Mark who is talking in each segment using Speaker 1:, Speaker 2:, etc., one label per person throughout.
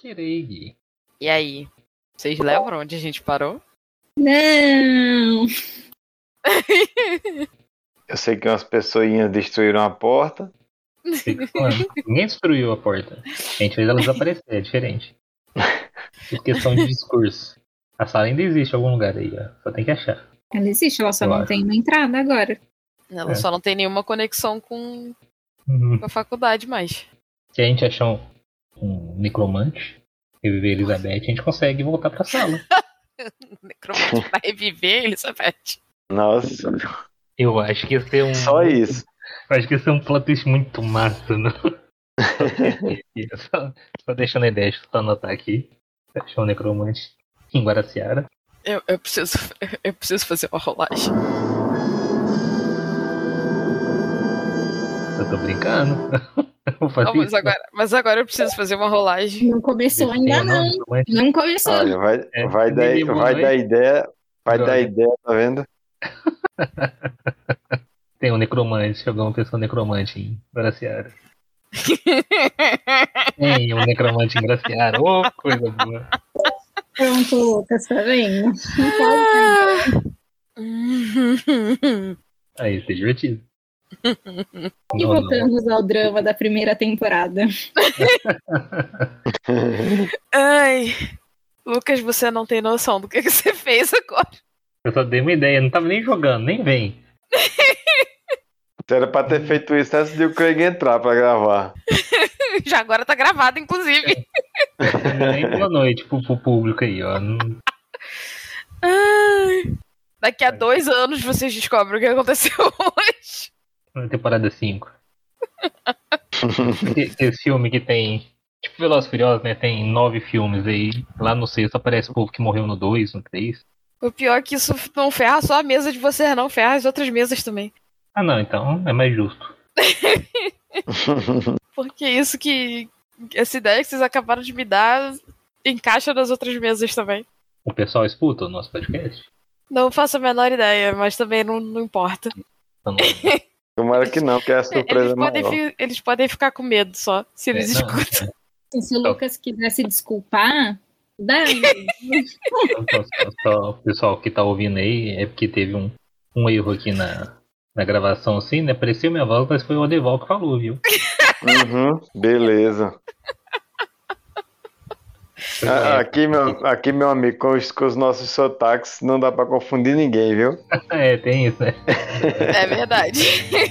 Speaker 1: Quereig.
Speaker 2: E aí? Vocês lembram onde a gente parou?
Speaker 3: Não!
Speaker 4: Eu sei que umas pessoinhas destruíram a porta.
Speaker 1: Ninguém destruiu a porta. A gente fez ela desaparecer, é diferente. Por questão de discurso. A sala ainda existe em algum lugar aí, ó. Só tem que achar.
Speaker 3: Ela existe, ela só
Speaker 1: Eu
Speaker 3: não
Speaker 1: acho.
Speaker 3: tem uma entrada agora.
Speaker 2: Ela
Speaker 1: É.
Speaker 2: só não tem nenhuma conexão com
Speaker 1: Uhum.
Speaker 2: com a faculdade mais.
Speaker 1: Se a gente achar um, um necromante, reviver Elizabeth, a gente consegue voltar pra sala.
Speaker 2: Necromante vai reviver, Elizabeth.
Speaker 4: Nossa,
Speaker 1: É. Eu acho que ia ser um.
Speaker 4: só isso.
Speaker 1: Eu acho que ia ser um plot twist muito massa, não? só, só deixando a ideia, deixa eu só anotar aqui. Achar um necromante em Guaraciara.
Speaker 2: Eu, eu preciso, eu preciso fazer uma rolagem.
Speaker 1: Eu tô brincando. Eu vou fazer
Speaker 2: Não, mas,
Speaker 1: isso.
Speaker 2: agora, mas agora eu preciso fazer uma rolagem.
Speaker 3: Não começou
Speaker 1: Esse
Speaker 3: ainda,
Speaker 1: tema,
Speaker 3: não.
Speaker 1: um necromante.
Speaker 3: Não começou.
Speaker 4: Olha, vai,
Speaker 1: É,
Speaker 4: vai,
Speaker 1: me
Speaker 4: dar,
Speaker 1: lembro,
Speaker 4: vai
Speaker 1: né?
Speaker 4: dar ideia. Vai dar
Speaker 1: Droga.
Speaker 4: ideia, tá vendo?
Speaker 1: Tem um necromante, alguma pessoa necromante em Guaraciara. Tem um necromante em Guaraciara. Ô, coisa boa.
Speaker 3: Pronto, Lucas, tá vendo? Ah.
Speaker 1: Aí, isso é divertido.
Speaker 3: E
Speaker 1: Não, não.
Speaker 3: voltamos ao drama da primeira temporada.
Speaker 2: Ai. Lucas, você não tem noção do que, que você fez agora.
Speaker 1: Eu só dei uma ideia, não tava nem jogando, nem vem.
Speaker 4: Você era pra ter feito isso antes de o Craig entrar pra gravar.
Speaker 2: Já agora tá gravado, inclusive.
Speaker 1: Nem boa noite pro, pro público aí, ó. Não-
Speaker 2: Ai. Daqui a dois anos vocês descobrem o que aconteceu hoje.
Speaker 1: Na é temporada 5. esse, esse filme que tem. Tipo Velozes e Furiosos, né? Tem nove filmes aí. Lá no sexto aparece o povo que morreu no 2, no 3.
Speaker 2: O pior é que isso não ferra só a mesa de vocês, não ferra as outras mesas também.
Speaker 1: Ah, não, então é mais justo.
Speaker 2: Porque isso que. Essa ideia que vocês acabaram de me dar encaixa nas outras mesas também.
Speaker 1: O pessoal escuta o nosso podcast?
Speaker 2: Não faço a menor ideia, mas também não, não importa.
Speaker 1: Então, não-
Speaker 4: Tomara que não, que é a
Speaker 2: Eles
Speaker 4: surpresa
Speaker 2: podem,
Speaker 4: maior.
Speaker 2: fi- eles podem ficar com medo só, se eles
Speaker 1: É, não,
Speaker 2: escutam.
Speaker 3: Se o Lucas quiser se desculpar, dá.
Speaker 1: então, só- só o pessoal que tá ouvindo aí é porque teve um, um erro aqui na, na gravação, assim, né? Parecia minha voz, mas foi o Odeval que falou, viu?
Speaker 4: Uhum, beleza.
Speaker 1: É.
Speaker 4: Ah, Aqui meu, aqui, meu amigo, com os, com os nossos sotaques, não dá pra confundir ninguém, viu?
Speaker 1: É, tem isso, né?
Speaker 2: É verdade.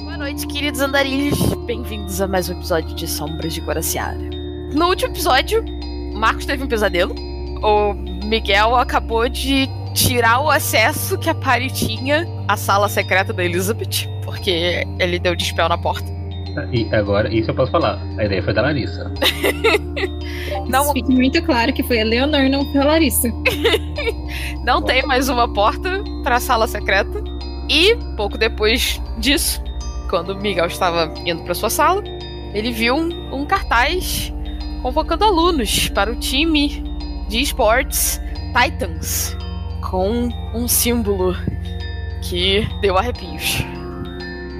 Speaker 2: Boa noite, queridos andarilhos. Bem-vindos a mais um episódio de Sombras de Guaraciara. No último episódio, o Marcos teve um pesadelo. O Miguel acabou de tirar o acesso que a Pari tinha à sala secreta da Elizabeth, porque ele deu dispel na porta.
Speaker 1: E agora, isso eu posso falar. A ideia foi da Larissa.
Speaker 2: Não,
Speaker 3: Fique muito claro que foi a Leonor, não foi a Larissa.
Speaker 2: não tem mais uma porta pra sala secreta. E pouco depois disso, quando o Miguel estava indo pra sua sala, ele viu um, um cartaz convocando alunos para o time de esportes Titans com um símbolo que deu arrepios.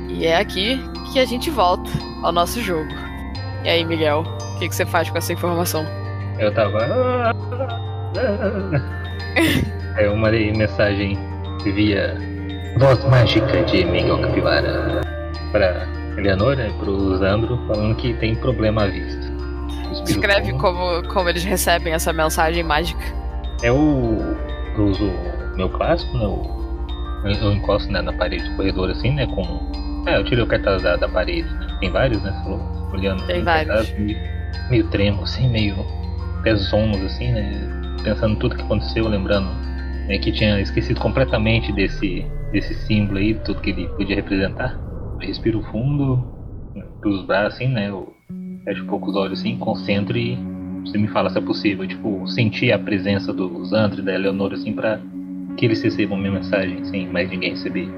Speaker 2: E é aqui que a gente volta ao nosso jogo. E aí, Miguel, o que, que você faz com essa informação?
Speaker 1: Eu tava. Aí eu mandei mensagem via voz mágica de Miguel Capivara pra Eleonora e pro Zandro falando que tem problema à vista. O espírito
Speaker 2: Descreve
Speaker 1: bom
Speaker 2: como, como eles recebem essa mensagem mágica.
Speaker 1: É o. Eu uso o meu clássico, né? o- Eu, eu encosto né, na parede do corredor assim, né? Com. É, eu tirei o cartaz da, da parede, né? Tem vários, né? Você falou, olhando
Speaker 2: Tem
Speaker 1: assim, o
Speaker 2: vários.
Speaker 1: cartaz, meio, meio tremo, assim, meio pesonos, assim, né? Pensando tudo que aconteceu, lembrando né, que tinha esquecido completamente desse, desse símbolo aí, tudo que ele podia representar. Eu respiro fundo, pelos braços, assim, né? Eu fecho um pouco os olhos assim, concentro e você me fala se é possível. Tipo, sentir a presença do Zandro e da Eleonora, assim, pra que eles recebam minha mensagem sem mais ninguém receber.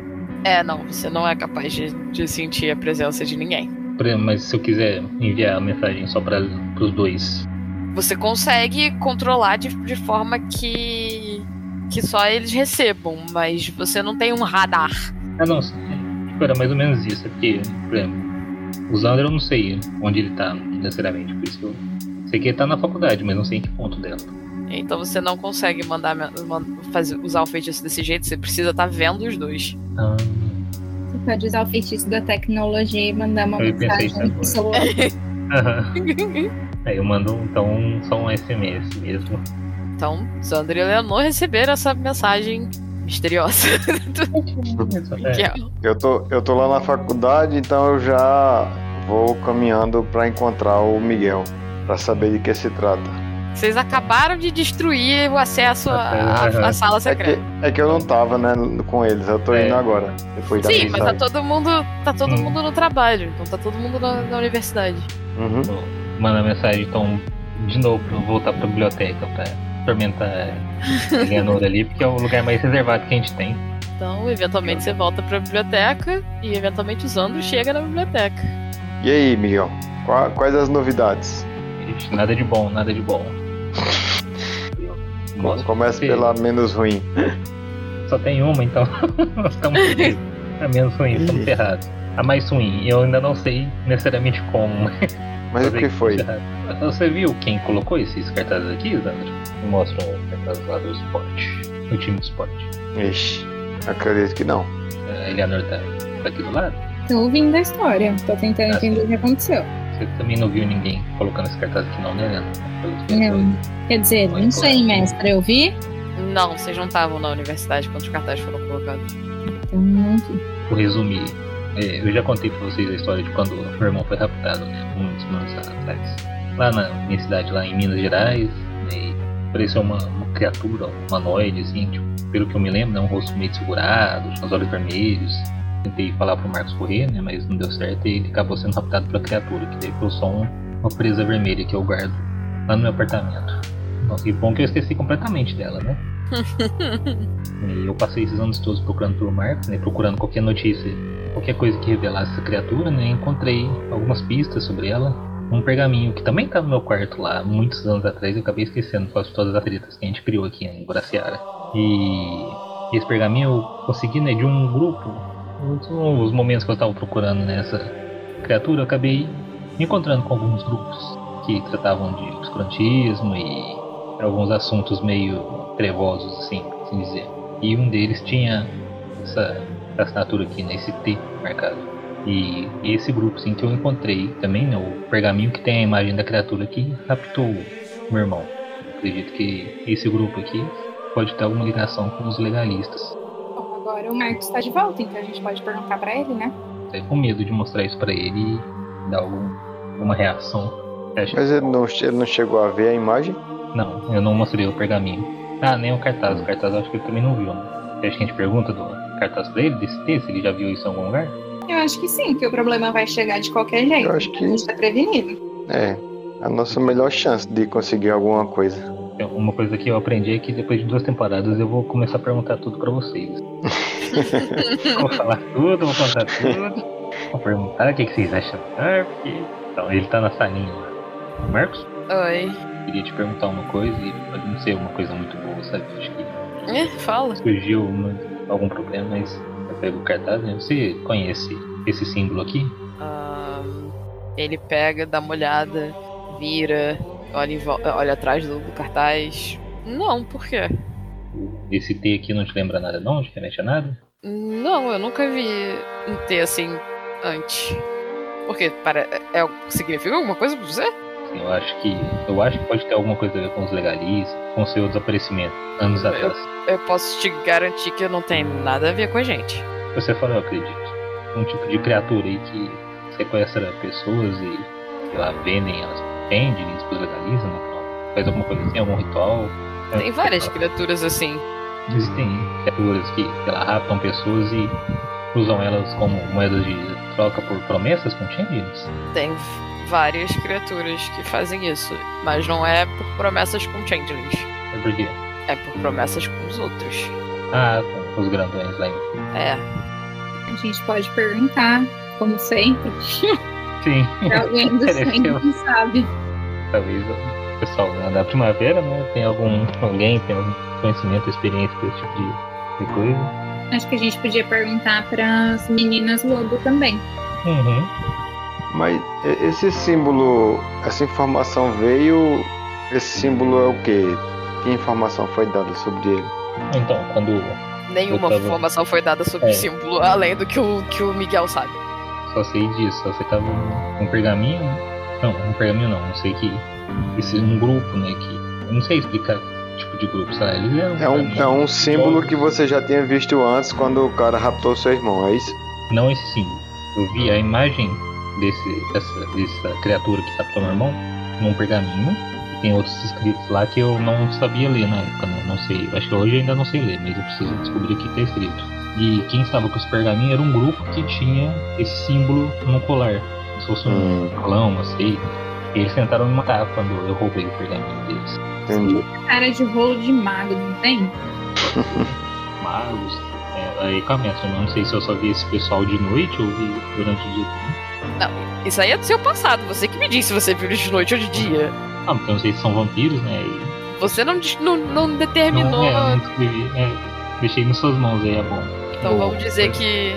Speaker 2: É, não, você não é capaz de, de sentir a presença de ninguém.
Speaker 1: Por exemplo, Mas se eu quiser enviar a mensagem só para os dois.
Speaker 2: Você consegue controlar de, de forma que que só eles recebam, mas você não tem um radar.
Speaker 1: Ah, não. Tipo, era mais ou menos isso, é porque, por exemplo, o Zander eu não sei onde ele tá necessariamente, por isso eu sei que ele tá na faculdade, mas não sei em que ponto dela.
Speaker 2: Então você não consegue mandar, man- fazer- usar o feitiço desse jeito, você precisa estar vendo os dois.
Speaker 1: Ah,
Speaker 3: Você pode usar o feitiço da tecnologia e mandar uma
Speaker 1: Eu pensei
Speaker 3: mensagem
Speaker 1: isso
Speaker 3: pro celular.
Speaker 1: agora. aham. Aí É, eu mando então só um SMS mesmo.
Speaker 2: então, Sandra e Leonor receberam essa mensagem misteriosa.
Speaker 1: Só
Speaker 2: que
Speaker 1: que-
Speaker 2: é-
Speaker 4: Eu tô, eu tô lá na faculdade, então eu já vou caminhando pra encontrar o Miguel, pra saber de que se trata.
Speaker 2: Vocês acabaram de destruir o acesso à, à- à sala
Speaker 4: É que,
Speaker 2: secreta.
Speaker 4: é que eu não tava, né, com eles, eu tô
Speaker 1: É.
Speaker 4: indo agora. Depois da
Speaker 2: Sim, mas tá
Speaker 4: mensagem.
Speaker 2: todo mundo. Tá todo
Speaker 1: Hum.
Speaker 2: mundo no trabalho. Não tá todo mundo na, na universidade.
Speaker 4: Uhum.
Speaker 1: Vou mandar mensagem então de novo pra eu voltar pra biblioteca pra tormentar a Eleanor ali, porque é o lugar mais reservado que a gente tem.
Speaker 2: Então, eventualmente, você volta pra biblioteca e eventualmente o Zandro chega na biblioteca.
Speaker 4: E aí, Miguel, qua- quais as novidades?
Speaker 1: Ixi, Nada de bom, nada de bom. Nossa,
Speaker 4: Começa
Speaker 1: sim.
Speaker 4: pela menos ruim.
Speaker 1: só tem uma, então nós estamos fodidos. A menos ruim, estamos ferrados. A mais ruim, eu ainda não sei necessariamente como. mas
Speaker 4: Mas
Speaker 1: eu
Speaker 4: o
Speaker 1: sei
Speaker 4: que foi?
Speaker 1: estamos ferrados. Então, Você viu quem colocou esses cartazes aqui, Zandro? Me Mostra o cartaz lá do esporte, do time do esporte.
Speaker 4: Ixi, acredito que não.
Speaker 1: A Eleanor tá, tá aqui do lado?
Speaker 3: Tô ouvindo a história. Tô tentando
Speaker 1: Ah,
Speaker 3: entender o que aconteceu.
Speaker 1: Você também não viu ninguém colocando esse cartaz aqui não, né, Leandro? Pelos
Speaker 3: Não.
Speaker 1: pensores.
Speaker 3: Quer dizer, não sei, mestre. Eu vi?
Speaker 2: Não, vocês não estavam na universidade quando os cartazes foram colocados.
Speaker 3: Então não vi.
Speaker 1: Vou resumir. É, eu já contei pra vocês a história de quando meu irmão foi raptado, né? Muitos anos atrás. Lá na minha cidade, lá em Minas Gerais, né? e Apareceu uma, uma criatura, um humanoide, assim, tipo, pelo que eu me lembro, né? Um rosto meio desfigurado, tinha os olhos vermelhos. Tentei falar pro Marcos correr, né? Mas não deu certo e ele acabou sendo raptado pela criatura, que daí só um, uma presa vermelha que eu guardo lá no meu apartamento. Nossa, e bom que eu esqueci completamente dela, né? E Eu passei esses anos todos procurando pelo Marcos, né? Procurando qualquer notícia, qualquer coisa que revelasse essa criatura, né? Encontrei algumas pistas sobre ela. Um pergaminho que também tá no meu quarto lá, muitos anos atrás, eu acabei esquecendo por causa de todas as tretas que a gente criou aqui né, em Guaraciara. E esse pergaminho eu consegui, né, de um grupo. Um dos momentos que eu tava procurando nessa criatura, eu acabei me encontrando com alguns grupos que tratavam de obscurantismo e alguns assuntos meio trevosos, assim, assim dizer. E um deles tinha essa assinatura aqui, né? Esse T marcado. E esse grupo, sim, que eu encontrei também, né? O pergaminho que tem a imagem da criatura que raptou o meu irmão. Eu acredito que esse grupo aqui pode ter alguma ligação com os legalistas.
Speaker 5: Bom, agora o Marcos tá de volta, então a gente pode perguntar pra ele, né?
Speaker 1: Tô com medo de mostrar isso pra ele e dar algum- alguma reação. Você acha-
Speaker 4: Mas ele não, che- ele não chegou a ver a imagem?
Speaker 1: Não, eu não mostrei o pergaminho. Ah, nem o cartaz. O cartaz eu acho que ele também não viu, né? Você acha que a gente pergunta do cartaz pra ele, desse texto, ele já viu isso em algum lugar?
Speaker 5: Eu acho que sim, que o problema vai chegar de qualquer jeito.
Speaker 4: Eu acho que
Speaker 5: A gente tá prevenido.
Speaker 4: é a nossa melhor chance de conseguir alguma coisa.
Speaker 1: Então, Uma coisa que eu aprendi é que depois de duas temporadas eu vou começar a perguntar tudo pra vocês. vou falar tudo, vou contar tudo. Vou perguntar o que, que vocês acham do Mark. Então, ele tá na salinha lá. Marcos,
Speaker 2: Oi.
Speaker 1: queria te perguntar uma coisa e pode não ser uma coisa muito boa, sabe? Acho que
Speaker 2: É, fala.
Speaker 1: surgiu uma- algum problema, mas eu pego o cartaz, né? Você conhece esse símbolo aqui?
Speaker 2: Ahn, Ah, ele pega, dá uma olhada, vira, olha, em vol- olha atrás do, do cartaz. Não, por quê?
Speaker 1: Esse T aqui não te lembra nada não? Não te remete a nada?
Speaker 2: Não, eu nunca vi um T assim antes. Porque para, é, é- significa alguma coisa pra você?
Speaker 1: Eu acho que. Eu acho que pode ter alguma coisa a ver com os legalistas, com o seu desaparecimento
Speaker 2: É.
Speaker 1: anos atrás.
Speaker 2: Eu posso te garantir que não tem nada a ver com a gente.
Speaker 1: Você falou, eu acredito. Um tipo de criatura aí que sequestra pessoas e, sei lá, vendem elas, vende, deslegaliza, né? Faz alguma coisa assim, algum ritual.
Speaker 2: Tem várias criaturas assim.
Speaker 1: Existem criaturas que, sei lá, raptam pessoas e usam elas como moedas de troca por promessas com changes.
Speaker 2: Tem v- várias criaturas que fazem isso. Mas não é por promessas com changelings.
Speaker 1: É porque,
Speaker 2: É por promessas com os outros.
Speaker 1: ah, com os grandões lá em
Speaker 2: É.
Speaker 3: A gente pode perguntar, como sempre.
Speaker 1: Sim,
Speaker 3: Pra alguém do
Speaker 1: Pareceu.
Speaker 3: sangue que sabe.
Speaker 1: talvez o pessoal lá da primavera, né? Tem algum, alguém, tem algum conhecimento, experiência com esse tipo de, de coisa.
Speaker 3: Acho que a gente podia perguntar para as meninas lobo também.
Speaker 1: Uhum.
Speaker 4: Mas e- esse símbolo, essa informação veio. Esse símbolo é o quê? Que informação foi dada sobre ele?
Speaker 1: Então, quando.
Speaker 2: Nenhuma
Speaker 1: Eu tava-
Speaker 2: informação foi dada sobre
Speaker 1: É.
Speaker 2: o símbolo, além do que o, que o Miguel sabe.
Speaker 1: Só sei disso, só sei que tava um pergaminho. né? Não, um pergaminho não, não sei que. Esse um grupo, né? Que. Eu não sei explicar que tipo de grupo, sabe? Eles eram né?
Speaker 4: É um, é um símbolo que você já tinha visto antes quando o cara raptou seu irmão, é isso?
Speaker 1: Não esse símbolo. Eu vi a imagem desse, dessa, dessa criatura que tá captou meu irmão num pergaminho. E tem outros escritos lá que eu não sabia ler na época, né? Não sei. Acho que hoje eu ainda não sei ler, mas eu preciso descobrir o que está escrito. E quem estava com esse pergaminho era um grupo que tinha esse símbolo no colar. Como se fosse um
Speaker 4: Hum,
Speaker 1: colão, assim. E eles tentaram me matar quando eu roubei o pergaminho deles.
Speaker 4: entendi.
Speaker 3: Cara de rolo de mago, não tem?
Speaker 1: Magos. é, aí começa, eu não sei se eu só vi esse pessoal de noite ou vi durante o dia também.
Speaker 2: Isso aí é do seu passado, você que me disse se você viu eles de noite ou de dia.
Speaker 1: Ah, porque eu não sei se são vampiros, né? E
Speaker 2: Você não, dis- não, não determinou.
Speaker 1: Não, é, eu não descrevi. É, deixei nas suas mãos aí, é bom.
Speaker 2: Então vamos dizer que,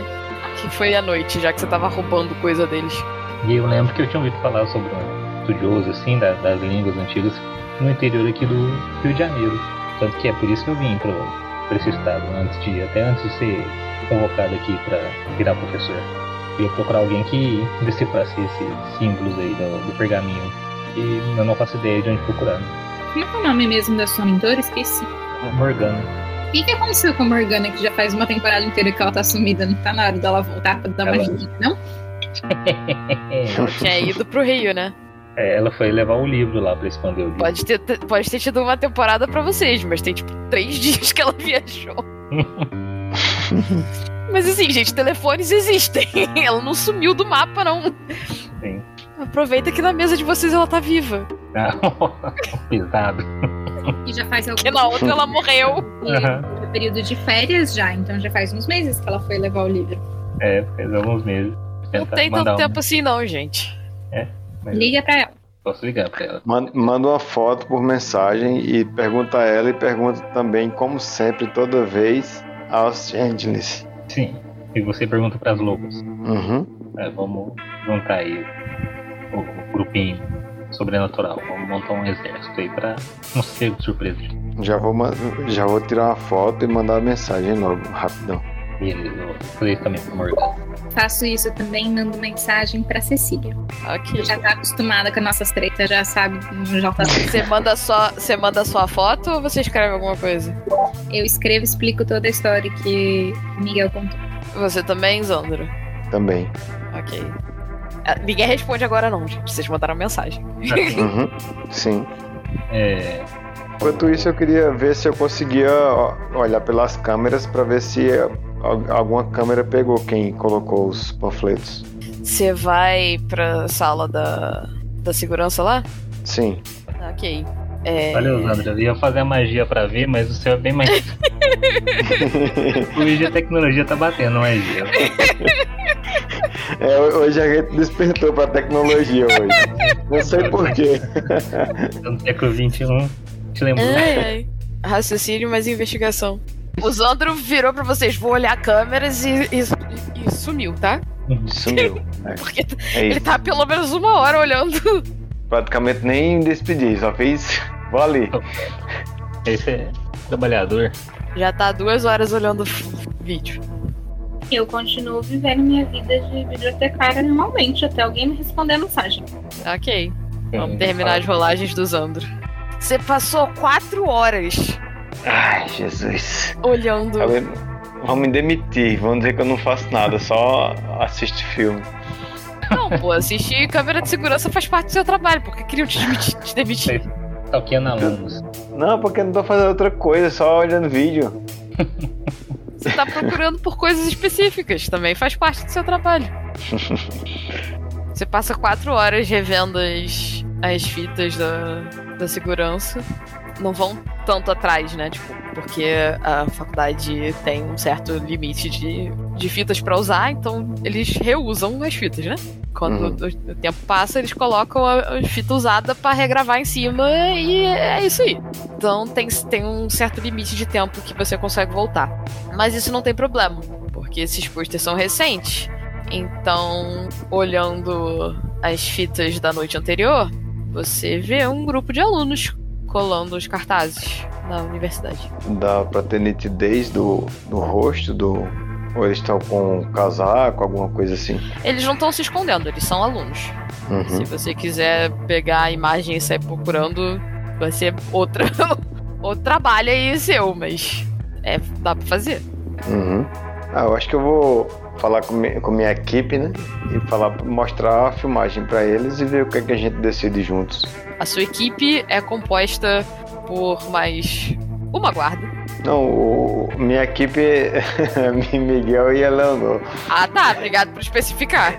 Speaker 2: que foi à noite, já que você tava roubando coisa deles.
Speaker 1: E eu lembro que eu tinha ouvido falar sobre um estudioso, assim, da- das línguas antigas, no interior aqui do Rio de Janeiro. Tanto que é por isso que eu vim pro, pra esse estado, antes de, até antes de ser convocado aqui pra virar professor. Eu ia procurar alguém que decifrasse esses símbolos aí do, do pergaminho. E eu não faço ideia de onde procurar.
Speaker 3: Como é que é o nome mesmo da sua mentora? Esqueci.
Speaker 1: Morgana.
Speaker 3: O que, que aconteceu com a Morgana, que já faz uma temporada inteira que ela tá sumida? Não tá na hora dela voltar pra dar uma
Speaker 1: Ela-
Speaker 3: ajudinha, não?
Speaker 2: Ela tinha ido pro Rio, né?
Speaker 1: É, ela foi levar o livro lá pra esconder o livro.
Speaker 2: Pode ter, pode ter tido uma temporada pra vocês, mas tem tipo três dias que ela viajou. mas assim, gente, telefones existem. Ela não sumiu do mapa, não.
Speaker 1: Sim.
Speaker 2: Aproveita que na mesa de vocês ela tá viva.
Speaker 1: Pesado.
Speaker 3: E já faz algum
Speaker 2: Porque na outra ela morreu.
Speaker 1: Aham.
Speaker 3: um período de férias já, então já faz uns meses que ela foi levar o livro.
Speaker 1: É, fez alguns meses.
Speaker 2: Não
Speaker 1: Tentar
Speaker 2: tem
Speaker 1: mandar
Speaker 2: tanto
Speaker 1: um-
Speaker 2: tempo assim, não, gente.
Speaker 1: mas
Speaker 3: Liga pra ela.
Speaker 1: Posso ligar pra ela.
Speaker 4: Man- Manda uma foto por mensagem e pergunta a ela e pergunta também, como sempre, toda vez, aos Angeles.
Speaker 1: Sim. E você pergunta pras lobos.
Speaker 4: Uhum.
Speaker 1: É, vamos juntar aí o, o grupinho sobrenatural. Vamos montar um exército aí pra um cego de surpresa.
Speaker 4: Já vou, ma- já vou tirar uma foto e mandar a mensagem logo, rapidão.
Speaker 1: Beleza, eu vou fazer isso também pro Morgan.
Speaker 3: Faço isso também, mando mensagem pra Cecília.
Speaker 2: Ok.
Speaker 3: Já tá acostumada com as nossas tretas, já sabe, já tá.
Speaker 2: Você manda só, você manda só a foto ou você escreve alguma coisa?
Speaker 3: Eu escrevo, explico toda a história que o Miguel contou.
Speaker 2: Você também, Zandro?
Speaker 4: Também.
Speaker 2: Ok. Ah, Ninguém responde agora não, gente. Vocês mandaram mensagem.
Speaker 4: Uhum. Sim.
Speaker 1: É,
Speaker 4: Enquanto isso, eu queria ver se eu conseguia ó, olhar pelas câmeras para ver se é, al- alguma câmera pegou quem colocou os panfletos.
Speaker 2: Você vai pra sala da, da segurança lá?
Speaker 4: Sim.
Speaker 2: Tá, Ok. É,
Speaker 1: valeu, Zandra. Eu ia fazer a magia pra ver, mas o seu é bem mais. Hoje a tecnologia tá batendo magia.
Speaker 4: É, ho- hoje a gente despertou para tecnologia hoje. Não sei porquê.
Speaker 1: No século XXI, um, te lembrou?
Speaker 2: ai, ai. Raciocínio mais investigação. O Zandro virou pra vocês, vou olhar câmeras e, e- e sumiu, tá?
Speaker 4: Sumiu.
Speaker 2: Porque
Speaker 4: É
Speaker 2: ele
Speaker 4: isso.
Speaker 2: tá pelo menos uma hora olhando.
Speaker 4: Praticamente nem despedi, só fiz. Vou ali.
Speaker 1: Esse é trabalhador.
Speaker 2: Já tá duas horas olhando o vídeo.
Speaker 5: Eu continuo vivendo minha vida de bibliotecária normalmente, até alguém me responder a mensagem.
Speaker 2: Tá, Ok. Vamos terminar as rolagens do Zandro. Você passou quatro horas
Speaker 4: Ai, Jesus.
Speaker 2: olhando.
Speaker 4: Tá vendo? Vão me demitir, vão dizer que eu não faço nada, só assisto filme.
Speaker 2: Não, pô, assistir câmera de segurança faz parte do seu trabalho, porque queriam te demitir. Te demitir.
Speaker 1: Toqueando alunos.
Speaker 4: Não, porque eu não tô fazendo outra coisa, só olhando vídeo.
Speaker 2: Você tá procurando por coisas específicas também, faz parte do seu trabalho. Você passa quatro horas revendo as, as fitas da, da segurança. não vão tanto atrás, né? Tipo, porque a faculdade tem um certo limite de, de fitas pra usar, então eles reusam as fitas, né? Quando o, o tempo passa, eles colocam a, a fita usada pra regravar em cima e é isso aí. Então tem, tem um certo limite de tempo que você consegue voltar. Mas isso não tem problema, porque esses posters são recentes. Então, olhando as fitas da noite anterior, você vê um grupo de alunos colando os cartazes na universidade.
Speaker 4: Dá pra ter nitidez do, do rosto do. Ou eles estão com um casaco, alguma coisa assim.
Speaker 2: Eles não estão se escondendo, eles são alunos. Se
Speaker 4: Uhum.
Speaker 2: você quiser pegar a imagem e sair procurando, vai ser outra, outro trabalho aí seu, mas é, dá pra fazer.
Speaker 4: Uhum. Ah, eu acho que eu vou falar com, mi- com minha equipe, né? E falar, mostrar a filmagem pra eles e ver o que, é que a gente decide juntos.
Speaker 2: A sua equipe é composta por mais uma guarda.
Speaker 4: Não, o, minha equipe é Miguel e Eleanor.
Speaker 2: Ah, tá, obrigado por especificar.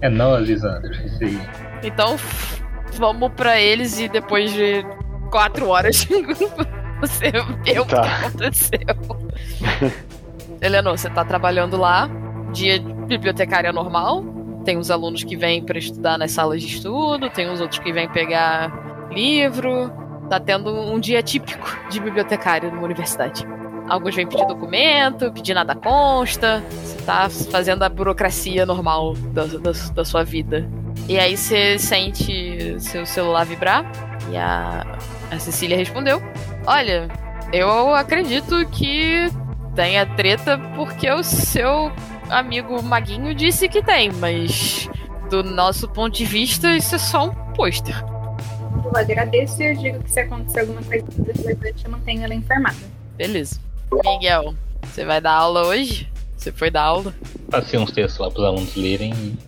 Speaker 1: É nós, Lisandro. Isso aí.
Speaker 2: Então, f- vamos pra eles e depois de quatro horas você vê um o
Speaker 4: Tá.
Speaker 2: que aconteceu. Eleanor, você tá trabalhando lá, dia de bibliotecária normal. Tem os alunos que vêm pra estudar nas salas de estudo, tem os outros que vêm pegar livro. Tá tendo um dia típico de bibliotecário numa universidade. Alguns vêm pedir documento, pedir nada consta. Você tá fazendo a burocracia normal da, da, da sua vida. E aí você sente seu celular vibrar e a, a Cecília respondeu: Olha, eu acredito que tenha treta porque o seu amigo Maguinho disse que tem, mas do nosso ponto de vista, isso é só um pôster.
Speaker 5: Eu agradeço e eu digo que se acontecer alguma coisa relevante, eu mantenho ela informada.
Speaker 2: Beleza. Miguel, você vai dar aula hoje? Você foi dar aula?
Speaker 1: Passei uns textos lá pros alunos lerem e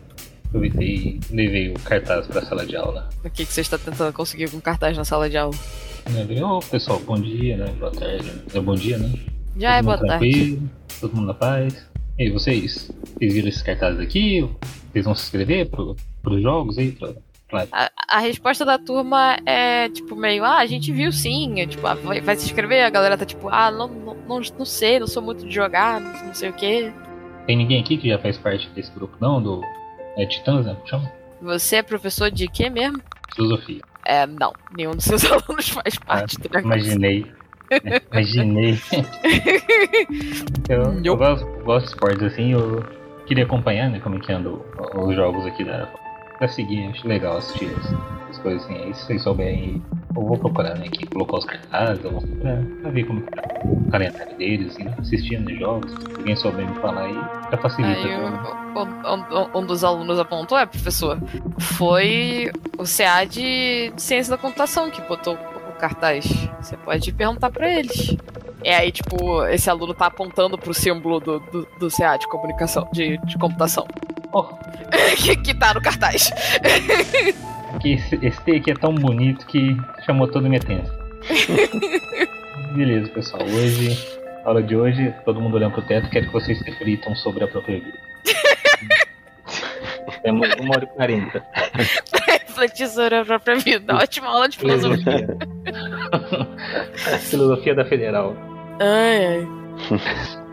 Speaker 1: aproveitei e levei o cartaz pra sala de aula.
Speaker 2: O que, que você está tentando conseguir com cartaz na sala de aula?
Speaker 1: Eu falei, Né, Ô pessoal, bom dia, né? Boa tarde. né? É bom dia, né?
Speaker 2: Já é
Speaker 1: Todo
Speaker 2: boa
Speaker 1: mundo
Speaker 2: tarde.
Speaker 1: tranquilo, Todo mundo na paz. E aí, vocês? Vocês viram esses cartazes aqui? Vocês vão se inscrever pro, pros jogos aí? Pra...
Speaker 2: A, a resposta da turma é tipo meio, ah, a gente viu sim, é, tipo, ah, vai, vai se inscrever, a galera tá tipo, ah, não, não, não, não sei, não sou muito de jogar, não, não sei o quê.
Speaker 1: Tem ninguém aqui que já faz parte desse grupo, não? Do é, Titãs, né? Como Chama?
Speaker 2: Você é professor de quê mesmo?
Speaker 1: Filosofia.
Speaker 2: É, não, nenhum dos seus alunos faz parte tá? do negócio.
Speaker 1: Imaginei. Imaginei. eu eu
Speaker 2: Nope.
Speaker 1: gosto, gosto de esportes assim, eu queria acompanhar, né? Como é que andam os jogos aqui da. Pra seguir, acho legal assistir as, as coisas assim. Aí, se vocês souberem, eu vou procurar, né? Que colocar os cartazes, eu vou- pra, pra ver como que tá o calendário deles, assim, assistindo os jogos. Se alguém souber me falar aí, já facilita.
Speaker 2: Aí
Speaker 1: pra mim.
Speaker 2: o- o- o- um dos alunos apontou, é, professor, foi o CA de Ciência da Computação que botou o cartaz. Você pode perguntar pra eles. E aí, tipo, esse aluno tá apontando pro símbolo do, do, do CA de comunicação, de, de computação,
Speaker 1: Oh,
Speaker 2: que, que tá no cartaz.
Speaker 1: que esse, esse T aqui é tão bonito que chamou toda a minha atenção. Beleza, pessoal. Hoje, a aula de hoje, todo mundo olhando pro teto, quero que vocês reflitam sobre a própria vida. Temos uma hora e quarenta.
Speaker 2: Refletir sobre a própria vida. Ótima aula de
Speaker 1: é.
Speaker 2: filosofia.
Speaker 1: Filosofia da Federal.
Speaker 2: Ai, ai.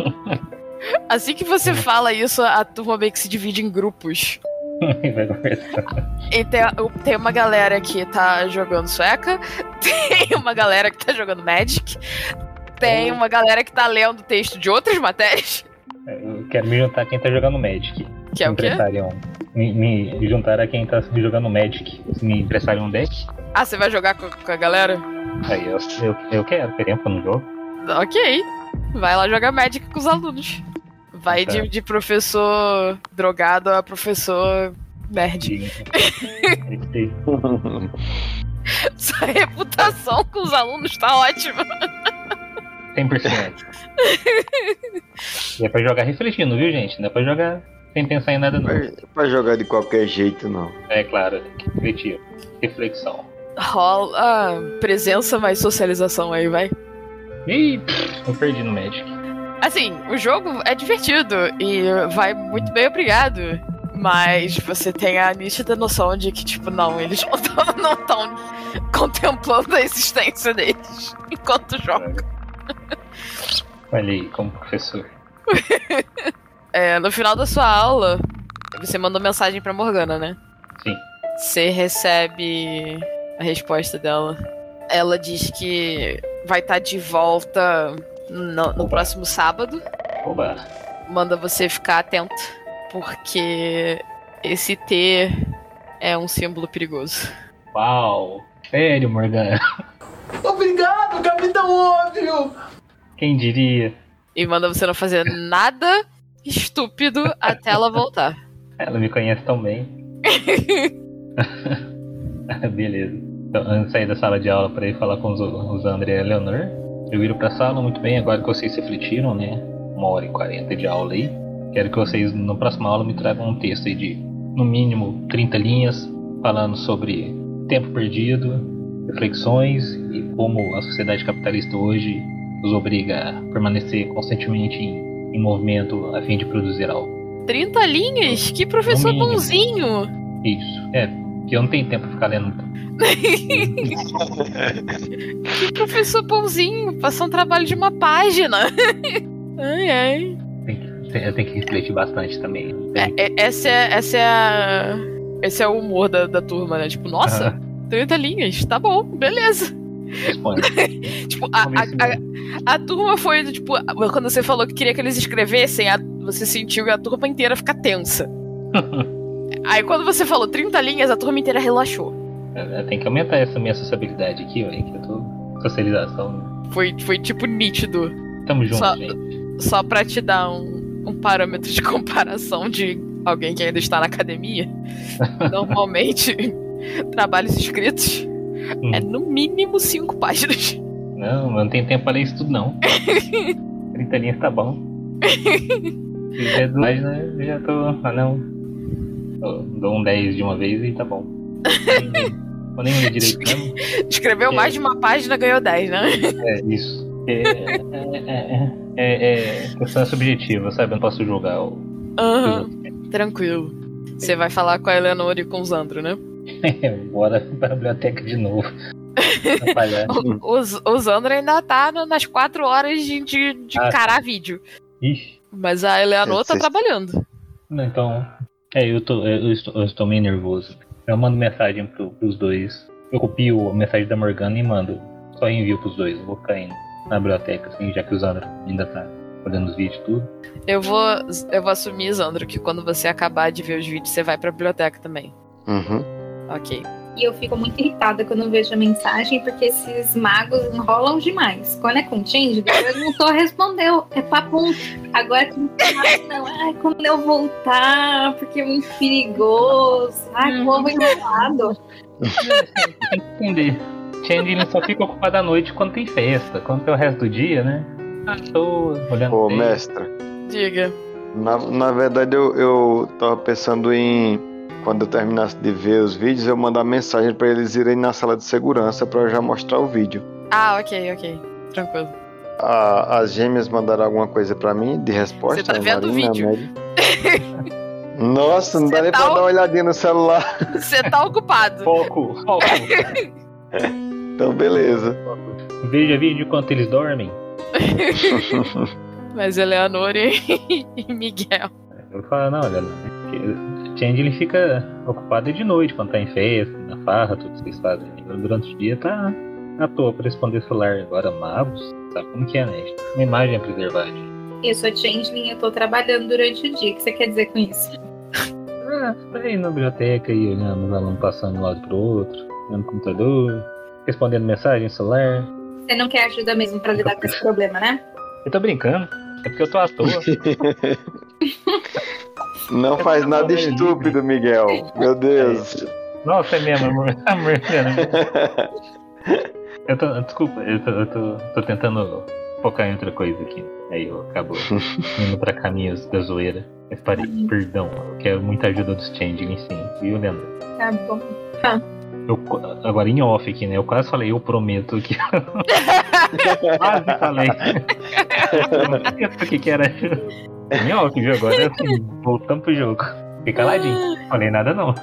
Speaker 2: Assim que você fala isso, a turma meio que se divide em grupos.
Speaker 1: Vai conversar.
Speaker 2: E tem, tem uma galera que tá jogando sueca, tem uma galera que tá jogando Magic, tem uma galera que tá lendo texto de outras matérias,
Speaker 1: Eu quero me juntar a quem tá jogando Magic.
Speaker 2: que é
Speaker 1: me
Speaker 2: o quê?
Speaker 1: emprestariam. Me, me juntar a quem tá jogando Magic. Se me emprestarem um deck,
Speaker 2: Ah, você vai jogar com, com a galera?
Speaker 1: aí eu, eu, eu quero. Tem tempo no jogo.
Speaker 2: Ok. Vai lá jogar Magic com os alunos. Vai
Speaker 1: Tá.
Speaker 2: de, de professor drogado a professor nerd.
Speaker 1: De... de-
Speaker 2: Sua reputação com os alunos tá ótima.
Speaker 1: 100%. e é pra jogar refletindo, viu, gente? Não é pra jogar sem pensar em nada, não.
Speaker 4: Vai, vai jogar de qualquer jeito, não.
Speaker 1: É claro, tem que refletir. Reflexão.
Speaker 2: Rola ah, presença mais socialização aí, vai.
Speaker 1: Ih, pff, eu perdi no Magic.
Speaker 2: Assim, o jogo é divertido e vai muito bem, obrigado. Mas você tem a nítida noção de que, tipo, não, eles não tão- não estão contemplando a existência deles enquanto jogam.
Speaker 1: Olha aí, como professor.
Speaker 2: É, no final da sua aula, você mandou mensagem pra Morgana, né?
Speaker 1: Sim.
Speaker 2: Você recebe a resposta dela. Ela diz que vai estar de volta no, no
Speaker 1: Opa.
Speaker 2: próximo sábado.
Speaker 1: Oba.
Speaker 2: Manda você ficar atento, porque esse T é um símbolo perigoso.
Speaker 1: Uau. Sério, Morgana.
Speaker 6: Obrigado, Capitão Óbvio!
Speaker 1: Quem diria?
Speaker 2: E manda você não fazer nada estúpido até ela voltar.
Speaker 1: Ela me conhece tão bem. Beleza. Então, antes de sair da sala de aula para ir falar com os, os André e a Leonor, eu viro pra sala muito bem, agora que vocês se refletiram, né? Uma hora e quarenta de aula aí. Quero que vocês, na próxima aula, me tragam um texto aí de, no mínimo, 30 linhas, falando sobre tempo perdido, reflexões e como a sociedade capitalista hoje nos obriga a permanecer constantemente em, em movimento a fim de produzir algo.
Speaker 2: 30 linhas? Que professor
Speaker 1: No mínimo.
Speaker 2: bonzinho!
Speaker 1: Isso, é, que eu não tenho tempo pra ficar lendo.
Speaker 2: Que professor bonzinho! Passar um trabalho de uma página! Ai, ai.
Speaker 1: Tem que- tem- Eu tenho que refletir bastante também.
Speaker 2: É, é- essa é, essa é a. Esse é o humor da, da turma, né? Tipo, nossa, 30 linhas, tá bom, beleza.
Speaker 1: Responde.
Speaker 2: Tipo, a,
Speaker 1: Começo
Speaker 2: a,
Speaker 1: bom.
Speaker 2: a, a turma foi, do tipo, quando você falou que queria que eles escrevessem, a- você sentiu que a turma inteira fica tensa. Aí quando você falou 30 linhas, a turma inteira relaxou.
Speaker 1: Eu- eu tenho É, que aumentar essa minha sociabilidade aqui, ó, que eu tô. Socialização.
Speaker 2: Foi, foi tipo nítido.
Speaker 1: Tamo junto,
Speaker 2: Só-
Speaker 1: gente.
Speaker 2: Só pra te dar um, um parâmetro de comparação de alguém que ainda está na academia. Normalmente, trabalhos escritos é no mínimo cinco páginas.
Speaker 1: Não, eu não tenho tempo pra ler isso tudo, não. 30 linhas tá bom. Se quiser duas, né, eu já tô. Ah, não. Eu dou um 10 de uma vez e tá bom. Eu nem ler direito, não.
Speaker 2: Escreveu
Speaker 1: É.
Speaker 2: mais de uma página, ganhou 10, né?
Speaker 1: É isso. É, é, é, é, é questão subjetiva, sabe? Eu não posso julgar. o-
Speaker 2: Aham, tranquilo. Você vai falar com a Eleanor e com o Zandro, né?
Speaker 1: Bora pra biblioteca de novo. Atrapalhar.
Speaker 2: O, o Z- o Zandro ainda tá no- nas 4 horas de, de, de
Speaker 1: Ah,
Speaker 2: encarar vídeo.
Speaker 1: Ixi.
Speaker 2: Mas a Eleanor tá
Speaker 4: Vocês-
Speaker 2: trabalhando.
Speaker 1: Não, Então, é, eu, tô, eu, estou, eu estou meio nervoso. Eu mando mensagem pro, pros dois. Eu copio a mensagem da Morgana e mando. Só envio pros dois. Eu vou ficar indo na biblioteca, assim, já que o Zandra ainda tá olhando os vídeos e tudo.
Speaker 2: Eu vou, eu vou assumir, Zandro, que quando você acabar de ver os vídeos, você vai pra biblioteca também.
Speaker 4: Uhum.
Speaker 2: Ok.
Speaker 5: E eu fico muito irritada quando eu vejo a mensagem, porque esses magos enrolam demais. Quando é com change, eu não tô respondeu. É papum. Agora que não tem nada, não. Ai, quando eu voltar, porque é muito perigoso. Ai, povo enrolado.
Speaker 1: Tem que entender. Change ele só fica ocupado à noite quando tem festa. Quando tem o resto do dia, né? Ah, tô olhando.
Speaker 4: Ô,
Speaker 1: bem.
Speaker 4: mestre.
Speaker 2: Diga.
Speaker 4: Na, na verdade, eu, eu tava pensando em, quando eu terminasse de ver os vídeos, eu mandar mensagem pra eles irem na sala de segurança pra eu já mostrar o vídeo.
Speaker 2: Ah, ok, ok. Tranquilo.
Speaker 4: A- as gêmeas mandaram alguma coisa pra mim de resposta?
Speaker 2: Você tá vendo o
Speaker 4: Marina,
Speaker 2: vídeo?
Speaker 4: Meg? Nossa, não dá
Speaker 2: Você
Speaker 4: nem
Speaker 2: tá
Speaker 4: pra
Speaker 2: o-
Speaker 4: dar uma olhadinha no celular.
Speaker 2: Você tá ocupado.
Speaker 1: Foco, foco.
Speaker 4: Então, beleza.
Speaker 1: Veja vídeo enquanto eles dormem.
Speaker 2: Mas Eleanor e, e Miguel.
Speaker 1: Eu falo, não, olha, porque Change ele fica ocupado de noite, quando tá em festa, na farra, tudo que vocês fazem. Agora, Durante o dia tá à toa pra responder celular. Agora, magos, sabe como que é, né? Uma imagem é preservada.
Speaker 5: Eu sou changeling, eu tô trabalhando durante o dia. O que você quer dizer com isso?
Speaker 1: Ah, pra ir na biblioteca e olhando os alunos passando de um lado pro outro, olhando o computador, respondendo mensagem, celular.
Speaker 5: Você não quer ajuda mesmo pra lidar com esse problema, né?
Speaker 1: Eu tô brincando, é porque eu tô à toa.
Speaker 4: Não faz nada estúpido, Miguel. Meu Deus.
Speaker 1: Nossa, é mesmo, amor. amor né? eu tô, desculpa, eu, tô, eu tô, tô tentando focar em outra coisa aqui. Aí eu acabo indo pra caminhos da zoeira. Mas parei, perdão, eu quero muita ajuda dos Changeling, sim, viu, Leandro?
Speaker 5: Tá bom.
Speaker 1: Eu, qua- agora em off aqui, né? Eu quase falei, eu prometo que. quase falei. eu prometo que era. Em off, viu? Agora assim, é voltamos pro jogo. Fiquei caladinho. Não falei nada não.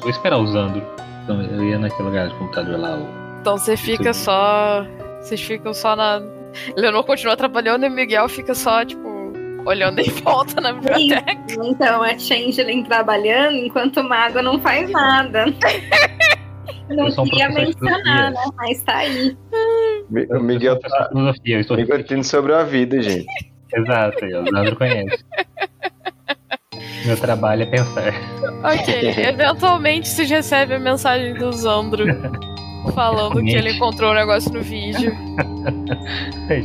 Speaker 1: Vou esperar o Zandro. Então eu ia naquela garagem de computador lá. o-
Speaker 2: Então você fica
Speaker 1: Sim.
Speaker 2: só. Vocês ficam só na. Leonor continua trabalhando e Miguel fica só, tipo, olhando em volta na biblioteca.
Speaker 5: Então, a Changeling trabalhando enquanto o mago não faz nada. Não
Speaker 1: Eu sou um
Speaker 5: queria
Speaker 1: professor de
Speaker 5: mencionar, né?
Speaker 1: filosofia.
Speaker 5: Mas tá aí.
Speaker 4: Mi- O Miguel
Speaker 1: Eu sou
Speaker 4: tá
Speaker 1: professor de filosofia, eu estou
Speaker 4: refletindo sobre a vida, gente.
Speaker 1: Exato, aí, ó, o Zandro conhece. Meu trabalho é pensar.
Speaker 2: ok. Eventualmente vocês recebem a mensagem do Zandro falando que ele encontrou o negócio no vídeo.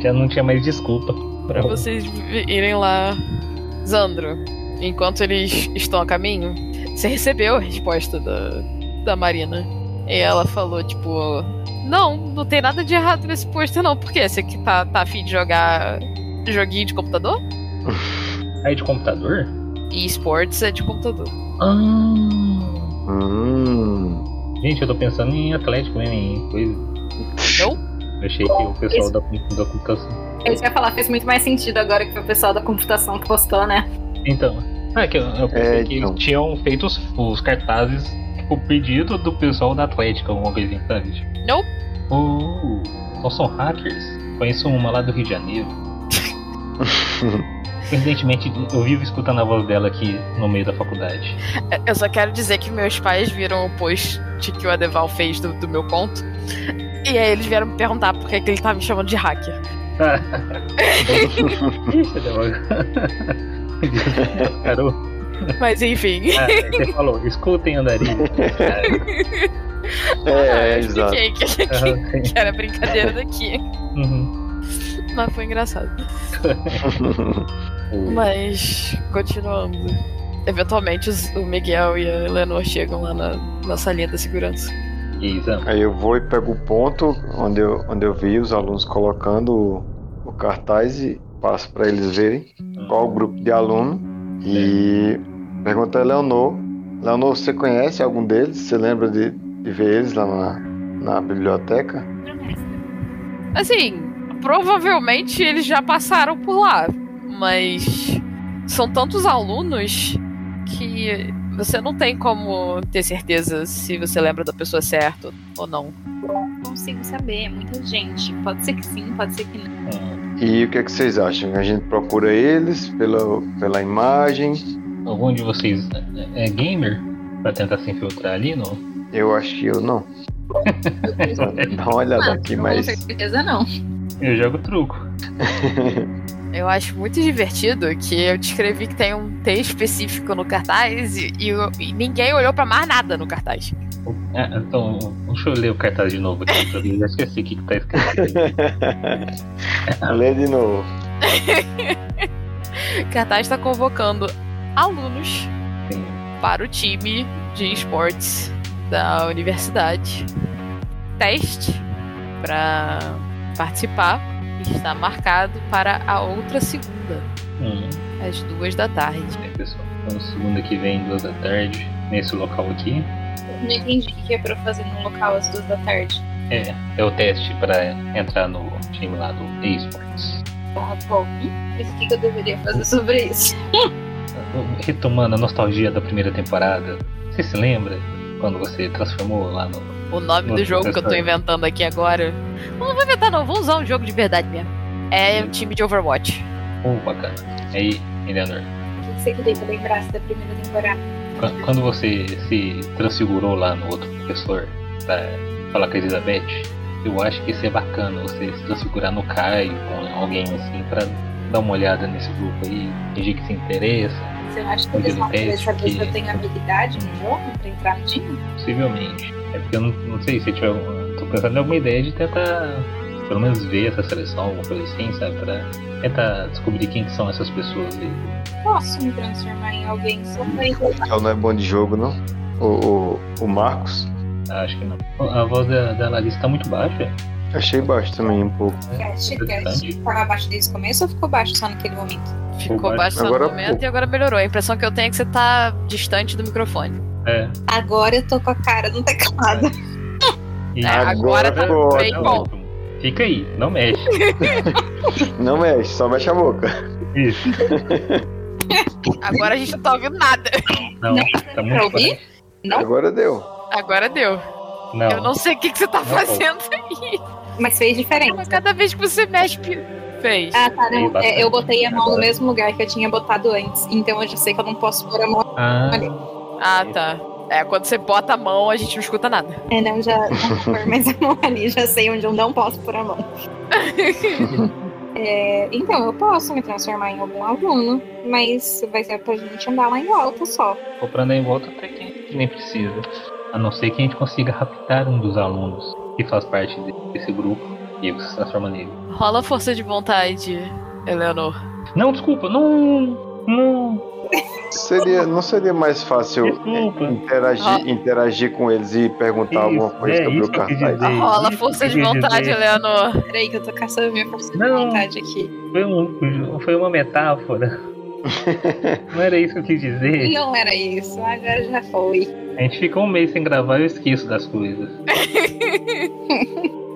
Speaker 1: Já não tinha mais desculpa. Pra...
Speaker 2: pra vocês vi- irem lá. Zandro, enquanto eles estão a caminho, você recebeu a resposta da, da Marina. E ela falou, tipo, não, não tem nada de errado nesse pôster, não. Por quê? Você que tá, tá afim de jogar joguinho de computador?
Speaker 1: Aí de computador?
Speaker 2: E esportes é de computador.
Speaker 1: Ah,
Speaker 4: Hum.
Speaker 1: gente, eu tô pensando em Atlético mesmo, em coisa.
Speaker 2: Não?
Speaker 1: Eu achei que o pessoal
Speaker 5: Esse-
Speaker 1: da, da computação.
Speaker 5: Eu ia falar, fez muito mais sentido agora que foi o pessoal da computação que postou, né?
Speaker 1: Então. Ah, que eu, eu pensei
Speaker 4: É,
Speaker 1: que
Speaker 4: então.
Speaker 1: eles tinham feito os, os cartazes com o pedido do pessoal da Atlética, alguma coisa assim, sabe? Tipo,
Speaker 2: Não.
Speaker 1: Uh, então são hackers. Conheço uma lá do Rio de Janeiro. Coincidentemente, eu vivo escutando a voz dela aqui no meio da faculdade.
Speaker 2: É, Eu só quero dizer que meus pais viram o post que o Adeval fez do, do meu conto. E aí eles vieram me perguntar por que, que ele tá me chamando de hacker.
Speaker 1: Ah, Ixi, demônio. Parou.
Speaker 2: Mas enfim.
Speaker 1: Ah, você falou, escutem andarilho.
Speaker 4: É, é,
Speaker 2: eu
Speaker 4: exato.
Speaker 2: expliquei que- que-
Speaker 1: Ah, sim.
Speaker 2: que era brincadeira daqui.
Speaker 1: Uhum.
Speaker 2: Mas foi engraçado.
Speaker 1: O-
Speaker 2: Mas, continuando. Eventualmente, os- o Miguel e a Eleanor chegam lá na, na salinha da segurança.
Speaker 1: E aí, Zan?
Speaker 4: Aí eu vou e pego o ponto onde eu, onde eu vi os alunos colocando o, o cartaz e passo para eles verem qual o grupo de aluno. E pergunto a Leonor. Leonor, você conhece algum deles? Você lembra de, de ver eles lá na, na biblioteca?
Speaker 2: Assim, provavelmente eles já passaram por lá. Mas são tantos alunos que você não tem como ter certeza se você lembra da pessoa certa ou não.
Speaker 5: Não consigo saber, é muita gente. Pode ser que sim, pode ser que não.
Speaker 1: Hum,
Speaker 4: E o que, é que vocês acham? A gente procura eles pela, pela imagem.
Speaker 1: Algum de vocês é é gamer? Pra tentar se infiltrar ali no.
Speaker 4: Eu acho que eu não. Dá uma olhada aqui, É mas.
Speaker 3: Com certeza não.
Speaker 1: Eu jogo truco.
Speaker 2: Eu acho muito divertido que eu descrevi que tem um T específico no cartaz e, e o- e ninguém olhou pra mais nada no cartaz.
Speaker 1: Ah, então, deixa eu ler o cartaz de novo aqui pra ver. Já esqueci o que, que tá escrito. aqui.
Speaker 4: Lê de novo.
Speaker 2: O cartaz está convocando alunos
Speaker 1: Sim.
Speaker 2: para o time de esportes da universidade. Teste para participar está marcado para a outra segunda,
Speaker 1: Hum.
Speaker 2: às duas da tarde.
Speaker 1: É, pessoal. Então, segunda que vem, duas da tarde, nesse local aqui.
Speaker 5: Não entendi o que é pra eu fazer no local às duas da tarde.
Speaker 1: É, é o teste pra entrar no time lá do eSports.
Speaker 5: Ah, bom. Mas o que que eu deveria fazer sobre isso?
Speaker 1: Retomando a nostalgia da primeira temporada, você se lembra quando você transformou lá no.
Speaker 2: O nome do
Speaker 1: Nossa,
Speaker 2: jogo que eu tô
Speaker 1: interessante.
Speaker 2: inventando aqui agora. Não vou inventar, não, vou usar um jogo de verdade mesmo. É um time de Overwatch.
Speaker 1: Oh, bacana. Aí, Eleanor,
Speaker 5: O que que você queria que eu lembrasse da primeira temporada?
Speaker 1: qu- quando você se transfigurou lá no outro professor pra falar com a Elizabeth, eu acho que seria bacana você se transfigurar no Caio com alguém assim pra dar uma olhada nesse grupo aí, fingir que se interessa,
Speaker 5: Você acha que
Speaker 1: Onde
Speaker 5: eles vão
Speaker 1: não tem,
Speaker 5: querer saber
Speaker 1: que-
Speaker 5: se eu tenho habilidade no jogo pra entrar no time?
Speaker 1: possivelmente. É porque eu não, não sei se tiver alguma. Tô pensando em alguma ideia de tentar pelo menos ver essa seleção, alguma coisa assim, sabe? Pra tentar descobrir quem que são essas pessoas aí.
Speaker 5: Posso me transformar em alguém só pra ir
Speaker 4: Ela não é bom de jogo, não? O, o, o Marcos?
Speaker 1: Ah, Acho que não. A voz da, da Larissa tá muito baixa.
Speaker 4: Achei baixo também um pouco.
Speaker 5: Cast,
Speaker 1: Interessante.
Speaker 5: cast. Tava abaixo desde o começo ou ficou baixo só naquele momento?
Speaker 2: Ficou
Speaker 1: Overwatch.
Speaker 2: baixo só no
Speaker 4: Agora-
Speaker 2: momento e agora melhorou. A impressão que eu tenho é que você tá distante do microfone.
Speaker 1: É.
Speaker 5: Agora eu tô com a cara no teclado.
Speaker 1: E
Speaker 2: É, agora tá
Speaker 4: ficou
Speaker 2: bem
Speaker 4: ótimo.
Speaker 2: bom.
Speaker 1: Fica aí, não mexe.
Speaker 4: Não mexe, só mexe a boca.
Speaker 1: Isso.
Speaker 2: Agora a gente não tá ouvindo nada.
Speaker 1: Não, tá
Speaker 3: Pra
Speaker 1: muito
Speaker 3: ouvir?
Speaker 1: forte.
Speaker 4: Agora deu.
Speaker 2: Agora deu.
Speaker 1: Não,
Speaker 2: Eu não sei o que, que você tá
Speaker 1: Não,
Speaker 2: fazendo.
Speaker 5: Mas fez diferença.
Speaker 2: Mas cada vez que você mexe, pi- fez.
Speaker 5: Ah, tá.
Speaker 1: Ei,
Speaker 5: Não,
Speaker 1: bastante.
Speaker 5: é, eu botei a mão no mesmo lugar que eu tinha botado antes. Então eu já sei que eu não posso pôr a mão.
Speaker 1: Ah,
Speaker 2: Ah, tá. É, quando você bota a mão, a gente não escuta nada.
Speaker 5: É, não, já não vou pôr mais a mão ali. Já sei onde eu não posso pôr a mão. É, então, eu posso me transformar em algum aluno. Mas vai ser pra gente andar lá em volta só.
Speaker 1: comprando aí em volta até que a gente nem precisa. A não ser que a gente consiga raptar um dos alunos que faz parte de- desse grupo e você se transforma nele.
Speaker 2: Rola força de vontade, Eleanor.
Speaker 1: Não, desculpa, não. Não,
Speaker 4: Seria, não seria mais fácil
Speaker 1: Desculpa.
Speaker 2: Ah.
Speaker 4: interagir, interagir com eles e perguntar alguma
Speaker 1: Isso,
Speaker 4: coisa
Speaker 1: é
Speaker 4: sobre
Speaker 1: isso
Speaker 4: o
Speaker 1: que eu quis
Speaker 4: cartaz?
Speaker 1: dizer. Ei,
Speaker 2: Ah, Rola
Speaker 1: isso
Speaker 2: força
Speaker 1: que
Speaker 2: de
Speaker 1: eu ia
Speaker 2: vontade,
Speaker 1: dizer.
Speaker 2: Eleanor.
Speaker 3: Peraí, que eu tô caçando minha força de
Speaker 1: Não.
Speaker 3: vontade aqui.
Speaker 1: foi, um, foi uma metáfora. Não era isso que eu quis dizer.
Speaker 3: Não era isso, agora já foi.
Speaker 1: A gente fica um mês sem gravar e eu esqueço das coisas.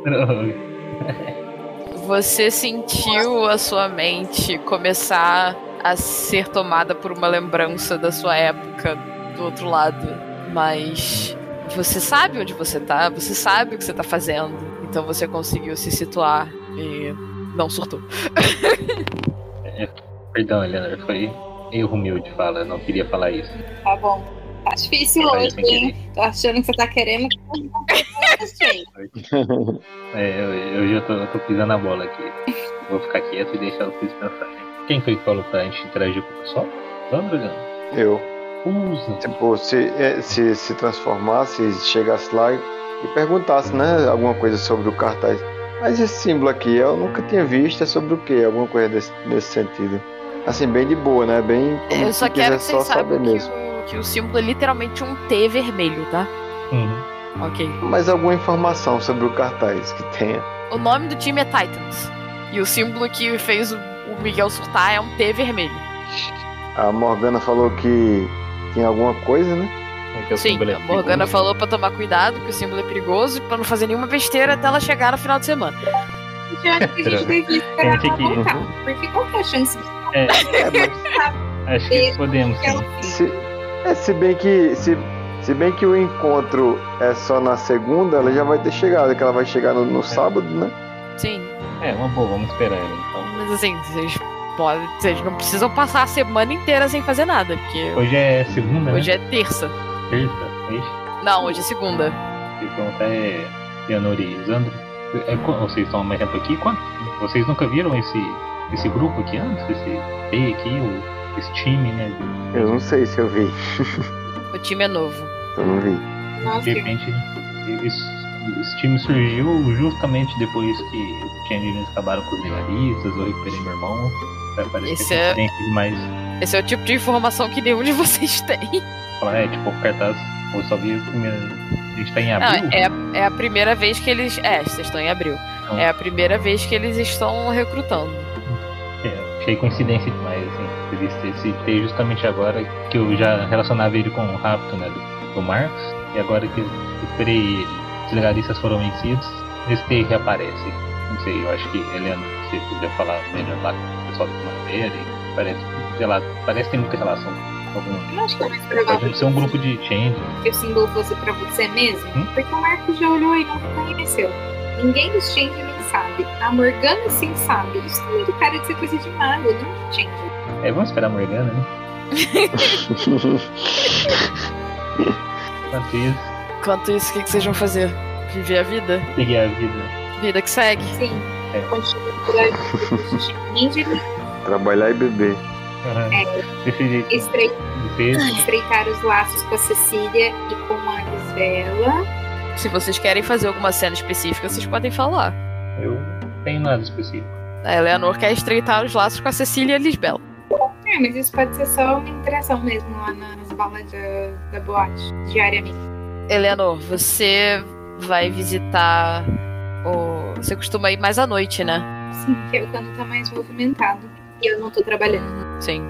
Speaker 1: Droga.
Speaker 2: Você sentiu a sua mente começar a ser tomada por uma lembrança da sua época do outro lado, mas você sabe onde você tá, você sabe o que você tá fazendo, então você conseguiu se situar e não surtou.
Speaker 1: Perdão, Eleanor, foi erro meu de fala, não queria falar isso.
Speaker 3: Tá bom. Tá difícil
Speaker 1: Falei
Speaker 3: hoje,
Speaker 1: sem
Speaker 3: hein?
Speaker 1: querer.
Speaker 3: Tô achando que você tá querendo que eu não faça,
Speaker 1: É, eu, eu já tô, eu tô pisando a bola aqui. Vou ficar quieto e deixar vocês pensarem. Quem foi que falou pra gente interagir com o pessoal? Sandra, Leandro?
Speaker 4: Eu.
Speaker 1: Usa.
Speaker 4: Tipo, se, é, se se transformasse, chegasse lá e, e perguntasse, né, alguma coisa sobre o cartaz. Mas esse símbolo aqui, eu nunca tinha visto, é sobre o quê? Alguma coisa desse, nesse sentido. Assim, bem de boa, né? Bem como
Speaker 2: É, Eu
Speaker 4: se
Speaker 2: só quero
Speaker 4: quiser
Speaker 2: que vocês
Speaker 4: só saber
Speaker 2: saibam que
Speaker 4: mesmo.
Speaker 2: o, que o símbolo é literalmente um T vermelho, tá?
Speaker 1: Uhum.
Speaker 2: Ok.
Speaker 4: Mas alguma informação sobre o cartaz que tenha.
Speaker 2: O nome do time é Titans. E o símbolo que fez o, o Miguel surtar é um T vermelho.
Speaker 4: A Morgana falou que tinha alguma coisa, né?
Speaker 1: É que eu
Speaker 2: Sim, tá
Speaker 1: trabalhei
Speaker 2: a Morgana
Speaker 1: com-
Speaker 2: falou pra tomar cuidado, que o símbolo é perigoso, pra não fazer nenhuma besteira até ela chegar no final de semana.
Speaker 3: gente. Eu acho que a gente devia
Speaker 1: Tem
Speaker 3: esperar
Speaker 1: que
Speaker 3: ela
Speaker 1: ir,
Speaker 3: voltar. Porque qual que é a chance de um
Speaker 4: É, mas
Speaker 1: Acho que podemos
Speaker 3: que ela
Speaker 1: sim.
Speaker 3: fique?
Speaker 4: se, é, se bem que se, se bem que o encontro é só na segunda, ela já vai ter chegado, que ela vai chegar no, no sábado, né?
Speaker 2: Sim, então,
Speaker 1: É, uma boa, vamos esperar ela então.
Speaker 2: mas assim, vocês, podem, vocês não precisam passar a semana inteira sem fazer nada, porque
Speaker 1: Hoje é segunda,
Speaker 2: hoje é terça.
Speaker 1: é terça. Ixi,
Speaker 2: Não, hoje é segunda.
Speaker 1: se perguntar é Leonor e Sandra. É, qu- vocês estão há mais tempo aqui? Quanto? Vocês nunca viram esse, esse grupo aqui antes? Esse T aqui, o, esse time, né?
Speaker 4: Eu não sei se eu vi.
Speaker 2: O time é novo.
Speaker 4: Eu não vi.
Speaker 3: Nossa,
Speaker 1: De
Speaker 3: eu
Speaker 1: repente, eles, esse time surgiu justamente depois que o Changelings acabaram com os vigaristas, eu recuperei meu irmão. Vai parecer
Speaker 2: Esse
Speaker 1: que
Speaker 2: é-
Speaker 1: tem mais.
Speaker 2: Esse é o tipo de informação que nenhum de vocês tem.
Speaker 1: Falar, é, tipo, o cartaz, eu só vi o primeiro. A gente tá em
Speaker 2: Não,
Speaker 1: abril?
Speaker 2: é, a- é a primeira vez que eles. É, vocês estão em abril.
Speaker 1: Não.
Speaker 2: É a primeira vez que eles estão recrutando.
Speaker 1: É, achei coincidência demais, assim, ter visto esse T justamente agora que eu já relacionava ele com o rapto, né, do, do Marcos, e agora que eu recuperei ele, os legalistas foram vencidos, esse T reaparece. Não sei, eu acho que Helena, se puder falar melhor lá com o pessoal do Primavera, e parece, sei lá, parece ter muita relação com algum.
Speaker 3: não acho que é mais
Speaker 1: Pode ser um
Speaker 3: provável
Speaker 1: grupo de change.
Speaker 3: que o símbolo fosse pra você mesmo.
Speaker 1: Hum?
Speaker 3: Porque o Marcos já olhou e não reconheceu. Ninguém dos Changelings sabe. A Morgana sim sabe. Isso tem muito cara de ser coisa de mago, não de Changeling.
Speaker 1: É, vamos esperar a Morgana, né? Enquanto isso,
Speaker 2: Enquanto isso, o que, que vocês vão fazer? Viver a vida?
Speaker 1: seguir a vida.
Speaker 2: Vida que segue.
Speaker 3: Sim.
Speaker 1: É.
Speaker 3: Continua por aí. dos Changelings,
Speaker 4: Trabalhar e beber.
Speaker 1: Desse jeito,
Speaker 3: estreitar
Speaker 1: vocês
Speaker 3: estreitar os laços com a Cecília e com a Isabela.
Speaker 2: Se vocês querem fazer alguma cena específica, vocês podem falar.
Speaker 1: eu não tenho nada específico.
Speaker 2: A Eleanor quer estreitar os laços com a Cecília Lisbela.
Speaker 3: É, mas isso pode ser só uma interação mesmo lá nas balas da, da boate, diariamente.
Speaker 2: Eleanor, você vai visitar o. Você costuma ir mais à noite, né?
Speaker 3: Sim, porque é quando tá mais movimentado. E eu não tô trabalhando.
Speaker 2: Sim.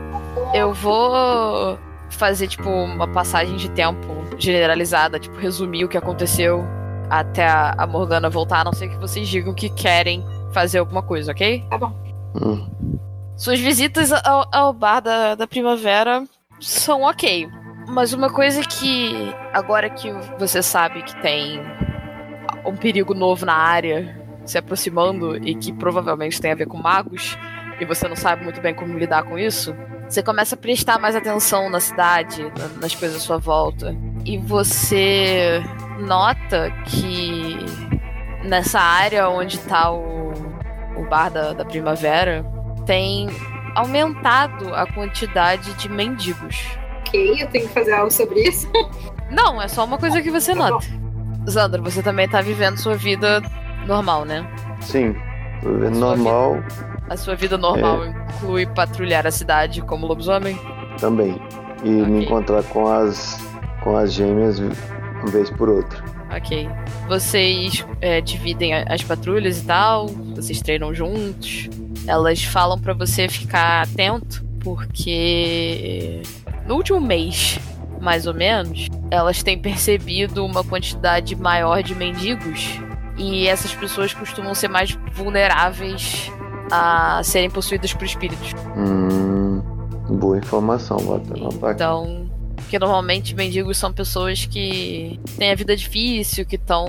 Speaker 2: Eu vou fazer, tipo, uma passagem de tempo generalizada, tipo, resumir o que aconteceu até a a Morgana voltar, a não ser que vocês digam que querem fazer alguma coisa, ok?
Speaker 4: Hum.
Speaker 2: Suas visitas ao, ao bar da, da primavera são ok. Mas uma coisa que agora que você sabe que tem um perigo novo na área se aproximando e que provavelmente tem a ver com magos, e você não sabe muito bem como lidar com isso, você começa a prestar mais atenção na cidade, na- nas coisas à sua volta. E você nota que nessa área onde tá o, o bar da, da primavera tem aumentado a quantidade de mendigos.
Speaker 3: Ok, eu tenho que fazer algo sobre isso.
Speaker 2: Não, é só uma coisa que você
Speaker 3: Tá bom.
Speaker 2: nota. Zandra, você também tá vivendo sua vida normal, né?
Speaker 4: Sim. Tô vivendo
Speaker 2: Sua
Speaker 4: normal
Speaker 2: A sua vida normal inclui patrulhar a cidade como lobisomem?
Speaker 4: também. E me
Speaker 2: Ok.
Speaker 4: encontrar com as com as gêmeas uma vez por outra.
Speaker 2: Ok. Vocês é, dividem a- as patrulhas e tal, vocês treinam juntos. Elas falam pra você ficar atento, porque no último mês, mais ou menos, elas têm percebido uma quantidade maior de mendigos. E essas pessoas costumam ser mais vulneráveis a serem possuídas por espíritos.
Speaker 4: Hum, boa informação, vou até anotar aqui.
Speaker 2: Então, porque normalmente mendigos são pessoas que têm a vida difícil, que estão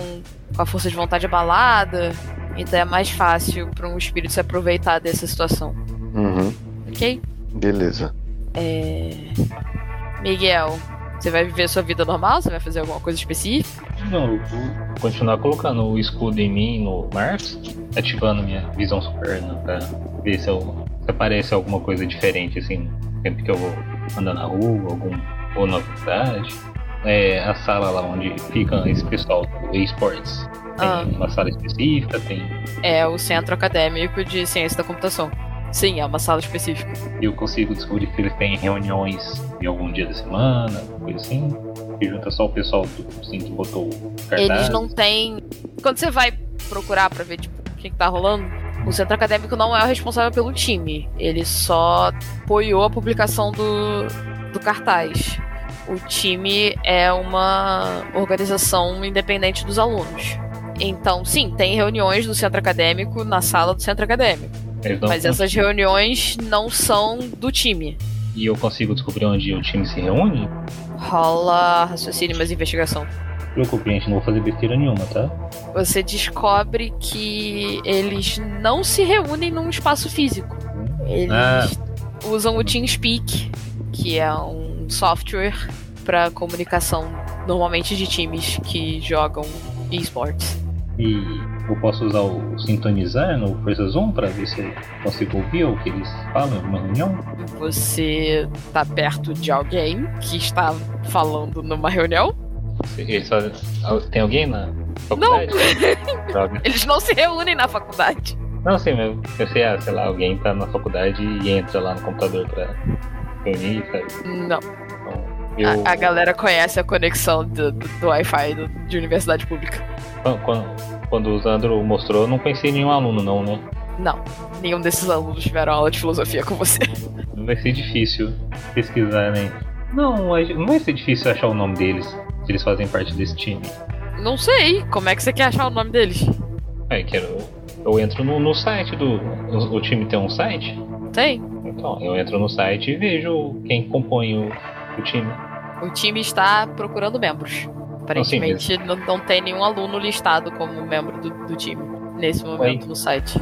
Speaker 2: com a força de vontade abalada, então é mais fácil para um espírito se aproveitar dessa situação,
Speaker 4: Uhum,
Speaker 2: ok?
Speaker 4: beleza.
Speaker 2: É... Miguel, você vai viver sua vida normal? Você vai fazer alguma coisa específica?
Speaker 1: Não, eu vou continuar colocando o escudo em mim no Mars, ativando minha visão superna pra ver se, eu- se aparece alguma coisa diferente, assim, sempre que eu vou andar na rua, algum, ou na cidade. É a sala lá onde fica esse pessoal do eSports. Tem
Speaker 2: Ah.
Speaker 1: uma sala específica, tem.
Speaker 2: É o Centro Acadêmico de Ciência da Computação. Sim, é uma sala específica.
Speaker 1: Eu consigo descobrir que eles têm reuniões em algum dia da semana, coisa assim. E junta só o pessoal do, assim, que botou o cartaz.
Speaker 2: Eles não têm. Quando você vai procurar pra ver tipo, o que, que tá rolando, o centro acadêmico não é o responsável pelo time. Ele só apoiou a publicação do, do cartaz. O time é uma organização independente dos alunos. Então, sim, tem reuniões do centro acadêmico na sala do centro acadêmico.
Speaker 1: Eles não
Speaker 2: mas essas reuniões não são do time.
Speaker 1: E eu consigo descobrir onde o time se reúne?
Speaker 2: Rola raciocínio, mas investigação.
Speaker 1: Preocupe, gente, não vou fazer besteira nenhuma, tá?
Speaker 2: você descobre que eles não se reúnem num espaço físico. Eles
Speaker 1: Ah.
Speaker 2: usam o TeamSpeak, que é um software para comunicação normalmente de times que jogam esportes.
Speaker 1: E eu posso usar o sintonizar no Força Zoom pra ver se eu consigo ouvir o que eles falam em alguma reunião?
Speaker 2: Você tá perto de alguém que está falando numa reunião?
Speaker 1: Se- Eles fazem... ah, Tem alguém na faculdade? Não! Droga.
Speaker 2: Eles não se reúnem na faculdade.
Speaker 1: Não, sim, mas eu pensei, ah, sei lá, alguém tá na faculdade e entra lá no computador pra reunir, sabe? Então,
Speaker 2: Não. A-
Speaker 1: eu...
Speaker 2: A, galera conhece a conexão do, do, do Wi-Fi do- de universidade pública.
Speaker 1: quan- Quando, quando o Sandro mostrou, eu não conheci nenhum aluno, não, né?
Speaker 2: Não. Nenhum desses alunos tiveram aula de filosofia com você.
Speaker 1: Vai ser difícil pesquisar, né? Não, a gente- não vai ser difícil achar o nome deles, se eles fazem parte desse time.
Speaker 2: Não sei. Como é que você quer achar o nome deles?
Speaker 1: É, que eu, eu entro no, no site do. O, o time tem um site?
Speaker 2: Tem.
Speaker 1: Então, eu entro no site e vejo quem compõe o, o time.
Speaker 2: O time está procurando membros. Aparentemente, não, não tem nenhum aluno listado como membro do, do time nesse momento no site.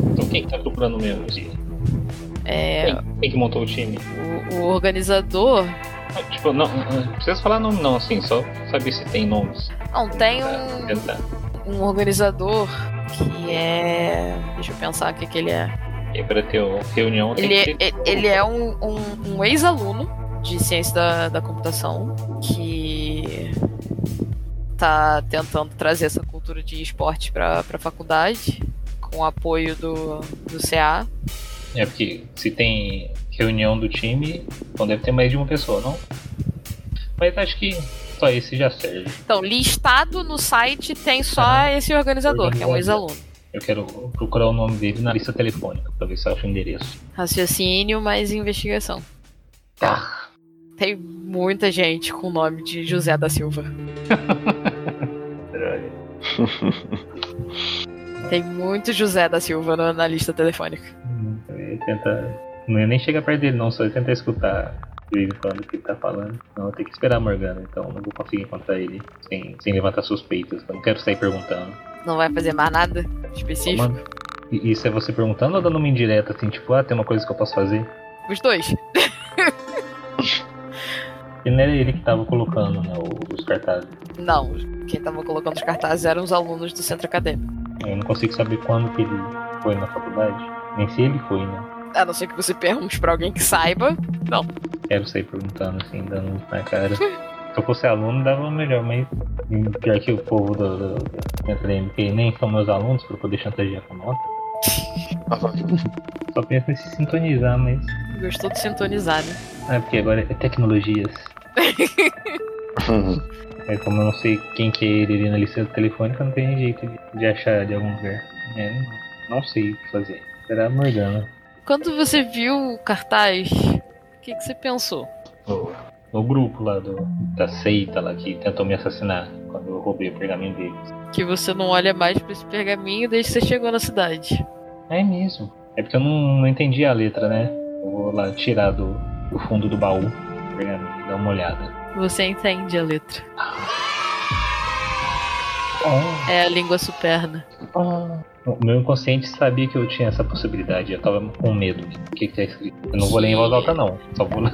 Speaker 1: Então, quem que tá procurando mesmo? assim?
Speaker 2: É,
Speaker 1: Quem, quem que montou o time?
Speaker 2: o, o organizador
Speaker 1: Ah, Tipo, não, não não precisa falar nome, não, assim, só saber se tem nomes.
Speaker 2: não tem
Speaker 1: Pra
Speaker 2: um,
Speaker 1: tentar.
Speaker 2: um organizador que é. Deixa eu pensar o que, que ele é.
Speaker 1: E pra ter o- reunião tem
Speaker 2: Ele,
Speaker 1: que
Speaker 2: é-
Speaker 1: ter-
Speaker 2: ele- ele é um, um- um ex-aluno de ciência da, da computação que tá tentando trazer essa cultura de esporte pra, pra faculdade com o apoio do, do CA.
Speaker 1: É porque se tem reunião do time, então deve ter mais de uma pessoa, não? Mas acho que só esse já serve.
Speaker 2: Então, listado no site tem só
Speaker 1: Ah,
Speaker 2: esse organizador, que é um
Speaker 1: organizador.
Speaker 2: ex-aluno.
Speaker 1: Eu quero procurar o nome dele na lista telefônica, pra ver se eu acho o endereço.
Speaker 2: Raciocínio mais investigação.
Speaker 1: Ah,
Speaker 2: Tem muita gente com o nome de José da Silva.
Speaker 1: droga.
Speaker 2: Tem muito José da Silva na, na lista telefônica.
Speaker 1: Hum, é, Tenta. Não nem chega perto dele não, só tenta escutar de vez em quando o que ele tá falando. Não, eu tenho que esperar a Morgana, então não vou conseguir encontrar ele sem, sem levantar suspeitas. Eu não quero sair perguntando.
Speaker 2: Não vai fazer mais nada específico?
Speaker 1: Mano, e- isso é você perguntando ou dando uma indireta assim, tipo, ah, tem uma coisa que eu posso fazer?
Speaker 2: Os dois.
Speaker 1: E não era ele que tava colocando né, os cartazes.
Speaker 2: Não. Quem tava colocando os cartazes eram os alunos do centro acadêmico.
Speaker 1: Eu não consigo saber quando que ele foi na faculdade. Nem se ele foi, né?
Speaker 2: A não ser que você pergunte pra alguém que saiba.
Speaker 1: Quero sair perguntando, assim, dando uns na cara. Se eu fosse aluno, dava melhor, mas hum, pior que o povo do, do, do centro da MK nem são meus alunos pra eu poder chantagear com nota. Só penso em se sintonizar, mas.
Speaker 2: Gostou de sintonizar, né?
Speaker 1: É porque agora é tecnologias.
Speaker 4: Uhum.
Speaker 1: É como eu não sei quem que é ele ali na lista telefônica, não tem jeito de, de achar de algum lugar. É, não, não sei o que fazer. Será a Morgana.
Speaker 2: Quando você viu o cartaz, o que, que você pensou?
Speaker 1: O, o grupo lá do, da seita lá que tentou me assassinar quando eu roubei o pergaminho deles.
Speaker 2: Que você não olha mais pra esse pergaminho desde que você chegou na cidade.
Speaker 1: É mesmo. É porque eu não, não entendi a letra, né? Eu vou lá tirar do, do fundo do baú o pergaminho, dar uma olhada.
Speaker 2: Você entende a letra.
Speaker 1: Oh,
Speaker 2: É a língua superna.
Speaker 1: oh. O meu inconsciente sabia que eu tinha essa possibilidade, eu tava com medo. O que, que tá escrito? Eu não vou ler em voz alta, não. Só vou ler.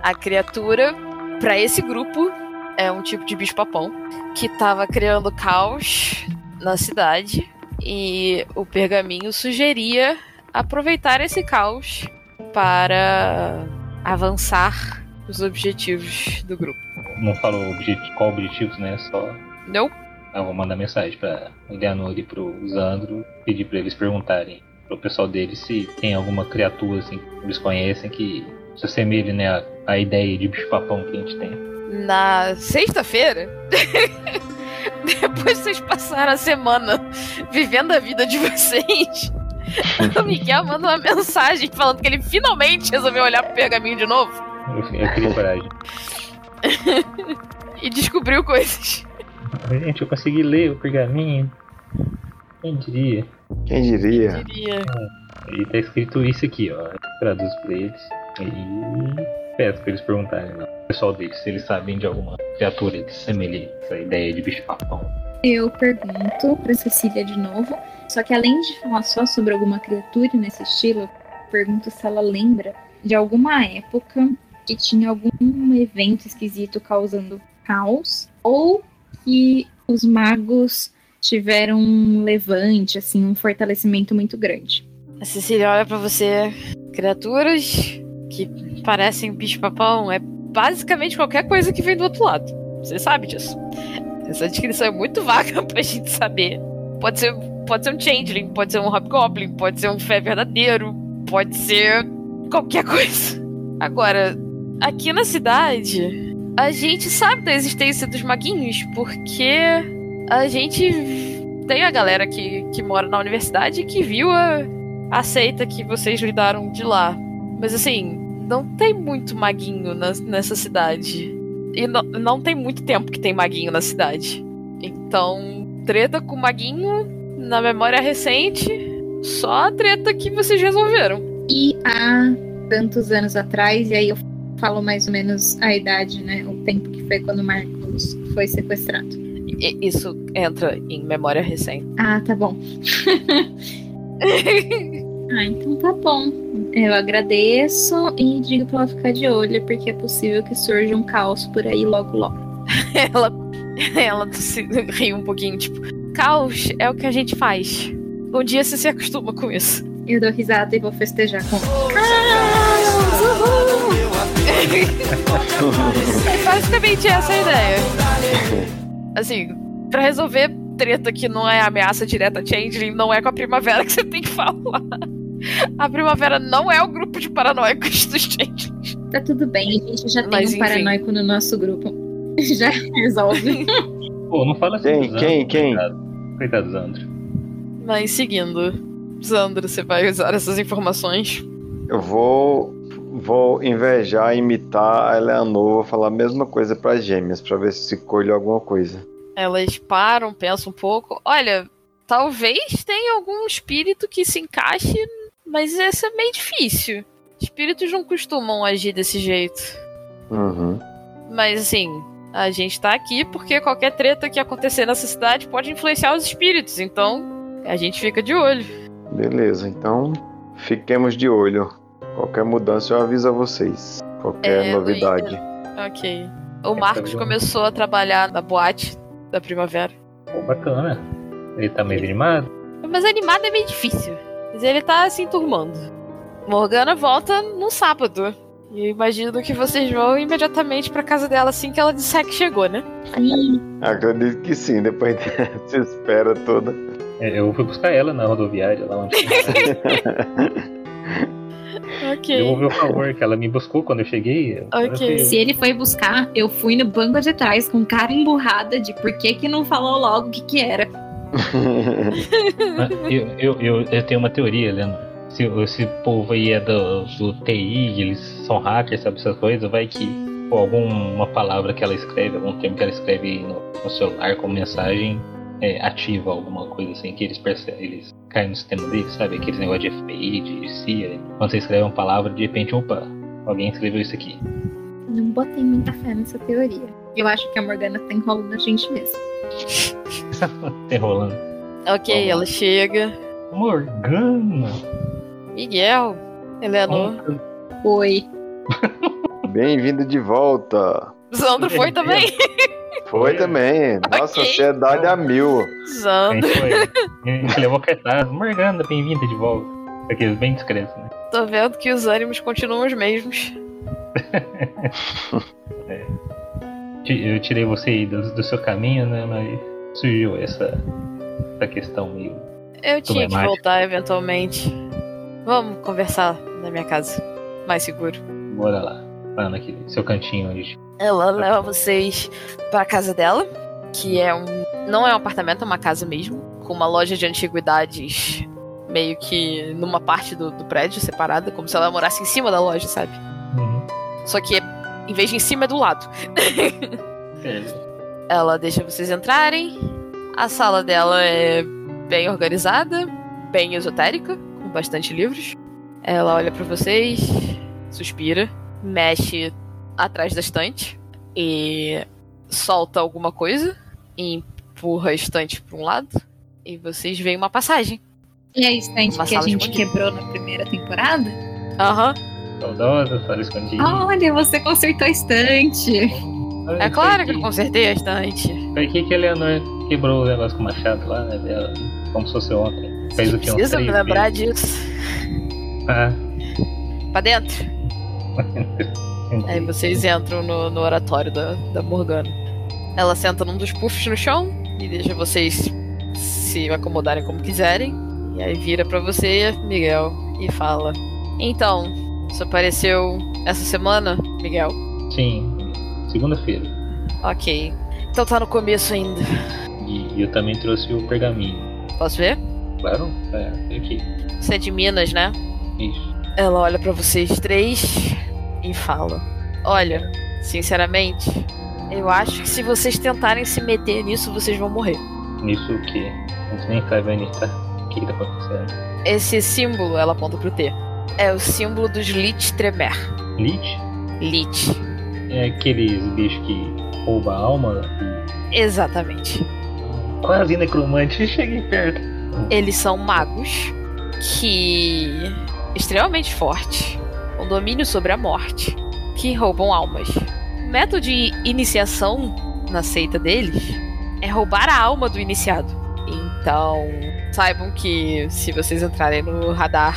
Speaker 2: A criatura, pra esse grupo, é um tipo de bicho papão que tava criando caos na cidade e o pergaminho sugeria aproveitar esse caos para avançar os objetivos do grupo.
Speaker 1: Não falou obje- qual objetivos, né? Só
Speaker 2: Não
Speaker 1: Eu vou mandar mensagem pra Eleanor e pro Zandro, pedir pra eles perguntarem pro pessoal deles se tem alguma criatura assim que eles conhecem que se assemelhe né, à, à ideia de bicho-papão que a gente tem.
Speaker 2: na sexta-feira, depois que vocês passaram a semana vivendo a vida de vocês, o Miguel manda uma mensagem falando que ele finalmente resolveu olhar pro pergaminho de novo
Speaker 1: Eu, eu queria coragem.
Speaker 2: e descobriu coisas.
Speaker 1: Gente, eu consegui ler o pergaminho. Quem diria?
Speaker 4: Quem diria?
Speaker 2: Diria.
Speaker 1: E tá escrito isso aqui, ó. Eu Traduzo pra eles e peço pra eles perguntarem né, pro pessoal deles se eles sabem de alguma criatura que se assemelhe a essa ideia de bicho-papão.
Speaker 5: Eu pergunto pra Cecília de novo, só que além de falar só sobre alguma criatura nesse estilo, eu pergunto se ela lembra de alguma época que tinha algum evento esquisito causando caos ou que os magos tiveram um levante, assim, um fortalecimento muito grande.
Speaker 2: A Cecília olha pra você. Criaturas que parecem bicho-papão é basicamente qualquer coisa que vem do outro lado. Você sabe disso. Essa descrição é muito vaga pra gente saber. Pode ser, pode ser um changeling, pode ser um hobgoblin, pode ser um fé verdadeiro, pode ser qualquer coisa. Agora, aqui na cidade, a gente sabe da existência dos maguinhos porque a gente tem a galera que, que mora na universidade que viu a, aceita que vocês lidaram de lá. Mas assim, não tem muito maguinho na- nessa cidade. E no- não tem muito tempo que tem maguinho na cidade. Então, treta com maguinho, na memória recente, só a treta que vocês resolveram.
Speaker 5: E há tantos anos atrás, e aí eu falo mais ou menos a idade, né? O tempo que foi quando Marcos foi sequestrado.
Speaker 2: E- e isso entra em memória recente.
Speaker 5: Ah, tá bom. ah, então tá bom. Eu agradeço e digo pra ela ficar de olho, porque é possível que surja um caos por aí logo logo.
Speaker 2: Ela, ela se riu um pouquinho, tipo, caos é o que a gente faz. Um dia você se acostuma com isso.
Speaker 5: Eu dou risada e vou festejar com ela.
Speaker 2: É basicamente essa a ideia. Assim, pra resolver treta que não é ameaça direta a Changeling, não é com a Primavera que você tem que falar. A Primavera não é o grupo de paranoicos do Changeling.
Speaker 5: Tá tudo bem, a gente já
Speaker 2: Mas,
Speaker 5: tem um
Speaker 2: enfim.
Speaker 5: paranoico no nosso grupo. Já resolve.
Speaker 1: Pô, não fala assim
Speaker 4: Quem,
Speaker 1: do Zandro,
Speaker 4: quem, quem?
Speaker 1: Coitado, coitado do Zandro.
Speaker 2: Mas seguindo, Sandra, você vai usar essas informações.
Speaker 4: Eu vou, vou invejar, imitar a Eleanor, vou falar a mesma coisa para gêmeas, para ver se colho alguma coisa.
Speaker 2: Elas param, pensam um pouco. Olha, talvez tenha algum espírito que se encaixe Mas esse é meio difícil. Espíritos não costumam agir desse jeito.
Speaker 4: Uhum.
Speaker 2: Mas assim, a gente tá aqui porque qualquer treta que acontecer nessa cidade pode influenciar os espíritos. Então, a gente fica de olho.
Speaker 4: Beleza, então fiquemos de olho. Qualquer mudança eu aviso a vocês. Qualquer
Speaker 2: É,
Speaker 4: novidade.
Speaker 2: Ok. O Marcos começou a trabalhar na boate da primavera.
Speaker 1: Pô, bacana. Ele tá meio animado.
Speaker 2: Mas animado é meio difícil. Mas ele tá se enturmando. Morgana volta no sábado. E eu imagino que vocês vão imediatamente pra casa dela assim que ela disser que chegou, né?
Speaker 4: Acredito que sim, depois se espera toda.
Speaker 1: É, Eu fui buscar ela na rodoviária, lá onde. tá.
Speaker 2: Ok.
Speaker 1: Devolveu o favor que ela me buscou quando eu cheguei. Agora
Speaker 2: Ok.
Speaker 1: eu
Speaker 7: Se
Speaker 1: fui-
Speaker 7: ele foi buscar, eu fui no banco de trás com cara emburrada de por que que não falou logo o que que era.
Speaker 1: Mas Ah, Eu, eu, eu, eu tenho uma teoria, Leandro. Se esse povo aí é do, do TI, eles são hackers, sabe essas coisas, vai que pô, alguma palavra que ela escreve, algum termo que ela escreve no, no celular como mensagem, é, ativa alguma coisa assim, que eles percebem, eles caem no sistema deles, sabe? Aqueles negócios de FBI, de CIA. Quando você escreve uma palavra, de repente, opa, alguém escreveu isso aqui.
Speaker 5: Não botei muita fé nessa teoria. Eu acho que a Morgana tá enrolando a gente mesmo.
Speaker 1: Tá enrolando.
Speaker 2: Ok, ela chega.
Speaker 1: Morgana!
Speaker 2: Miguel, Eleanor.
Speaker 7: Foi.
Speaker 4: Bem-vindo de volta.
Speaker 2: Zandro foi também?
Speaker 4: Foi
Speaker 1: Foi.
Speaker 4: também. Nossa,
Speaker 2: Ok.
Speaker 4: ansiedade a mil.
Speaker 1: A
Speaker 2: Zandro.
Speaker 1: gente foi. A gente levou cartaz. Morgana, bem-vinda de volta. Aqueles bem discretos, né?
Speaker 2: Tô vendo que os ânimos continuam os mesmos.
Speaker 1: Ti- Eu tirei você aí do, do seu caminho, né? Mas surgiu essa, essa questão meio.
Speaker 2: Eu tinha que
Speaker 1: Problemático.
Speaker 2: voltar eventualmente. Vamos conversar na minha casa. Mais seguro.
Speaker 1: Bora lá. Lá naquele seu cantinho onde.
Speaker 2: Ela leva vocês pra casa dela, que é um. Não é um apartamento, é uma casa mesmo. Com uma loja de antiguidades meio que numa parte do, do prédio separada, como se ela morasse em cima da loja, sabe?
Speaker 1: Uhum.
Speaker 2: Só que em vez de em cima é do lado.
Speaker 1: É,
Speaker 2: Ela deixa vocês entrarem. A sala dela é bem organizada, bem esotérica, com bastante livros. Ela olha pra vocês, suspira, mexe atrás da estante e solta alguma coisa e empurra a estante pra um lado. E vocês veem uma passagem.
Speaker 5: E é isso, né,
Speaker 2: Uma
Speaker 5: que a
Speaker 2: sala de
Speaker 5: gente
Speaker 2: banho.
Speaker 5: quebrou na primeira temporada?
Speaker 2: Aham.
Speaker 1: Saudosa, sala escondida.
Speaker 5: Olha, você consertou a estante.
Speaker 1: Olha,
Speaker 2: Ah, É claro que eu
Speaker 1: foi
Speaker 2: consertei a estante.
Speaker 1: Foi aqui que a Eleanor quebrou o negócio com o machado lá, né? Dela, como se fosse ontem. Fez o que? Uns
Speaker 2: Precisa me
Speaker 1: três
Speaker 2: lembrar
Speaker 1: vezes.
Speaker 2: disso.
Speaker 1: Ah,
Speaker 2: Pra dentro. Aí É, vocês entram no, no oratório da, da Morgana. Ela senta num dos puffs no chão e deixa vocês se acomodarem como quiserem. E aí vira pra você, Miguel, e fala: Então, isso apareceu essa semana, Miguel?
Speaker 1: Sim, segunda-feira.
Speaker 2: Ok. Então tá no começo ainda.
Speaker 1: E eu também trouxe o pergaminho.
Speaker 2: Posso ver?
Speaker 1: Claro? É, foi aqui.
Speaker 2: Você é de Minas, né?
Speaker 1: Isso.
Speaker 2: Ela olha pra vocês três e fala: Olha, sinceramente, eu acho que se vocês tentarem se meter nisso, vocês vão morrer.
Speaker 1: Nisso que a gente nem sabe onde tá, o que tá acontecendo.
Speaker 2: Esse símbolo, ela aponta pro T, é o símbolo dos Lich Tremer.
Speaker 1: Lich
Speaker 2: Lich.
Speaker 1: é aqueles bichos que rouba a alma
Speaker 2: Exatamente.
Speaker 1: e quase necromante, cheguei perto.
Speaker 2: Eles são magos que. extremamente fortes, com domínio sobre a morte, que roubam almas. O método de iniciação na seita deles é roubar a alma do iniciado. Então, saibam que se vocês entrarem no radar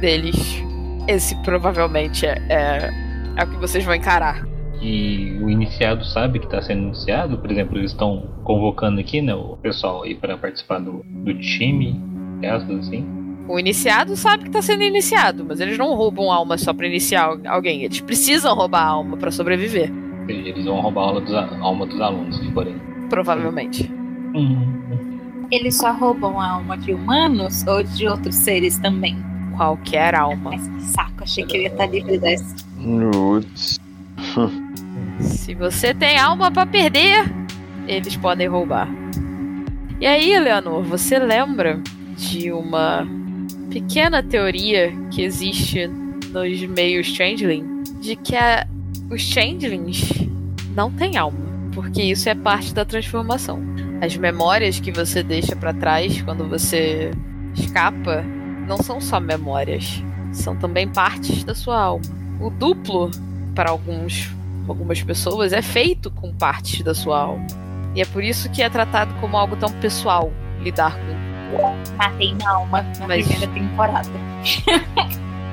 Speaker 2: deles, esse provavelmente é, é, é o que vocês vão encarar.
Speaker 1: E o iniciado sabe que tá sendo iniciado, por exemplo, eles estão convocando aqui, né, o pessoal aí para participar do, do time, entre aspas, assim.
Speaker 2: O iniciado sabe que tá sendo iniciado, mas eles não roubam alma só pra iniciar al- alguém. Eles precisam roubar a alma pra sobreviver,
Speaker 1: Ou seja, eles vão roubar a alma dos, a- alma dos alunos, se forem.
Speaker 2: provavelmente.
Speaker 1: Hum,
Speaker 5: Eles só roubam a alma de humanos ou de outros seres também?
Speaker 2: Qualquer alma.
Speaker 5: Mas que saco, achei que eu ia estar livre dessa.
Speaker 4: Nudes.
Speaker 2: Se você tem alma pra perder, eles podem roubar. E aí, Eleanor, você lembra de uma pequena teoria que existe nos meios changeling de que a- os changelings não têm alma, porque isso é parte da transformação. As memórias que você deixa pra trás quando você escapa não são só memórias, são também partes da sua alma. O duplo para alguns algumas pessoas é feito com partes da sua alma. E é por isso que é tratado como algo tão pessoal lidar com
Speaker 5: Matei uma alma na
Speaker 2: Mas-
Speaker 5: primeira temporada.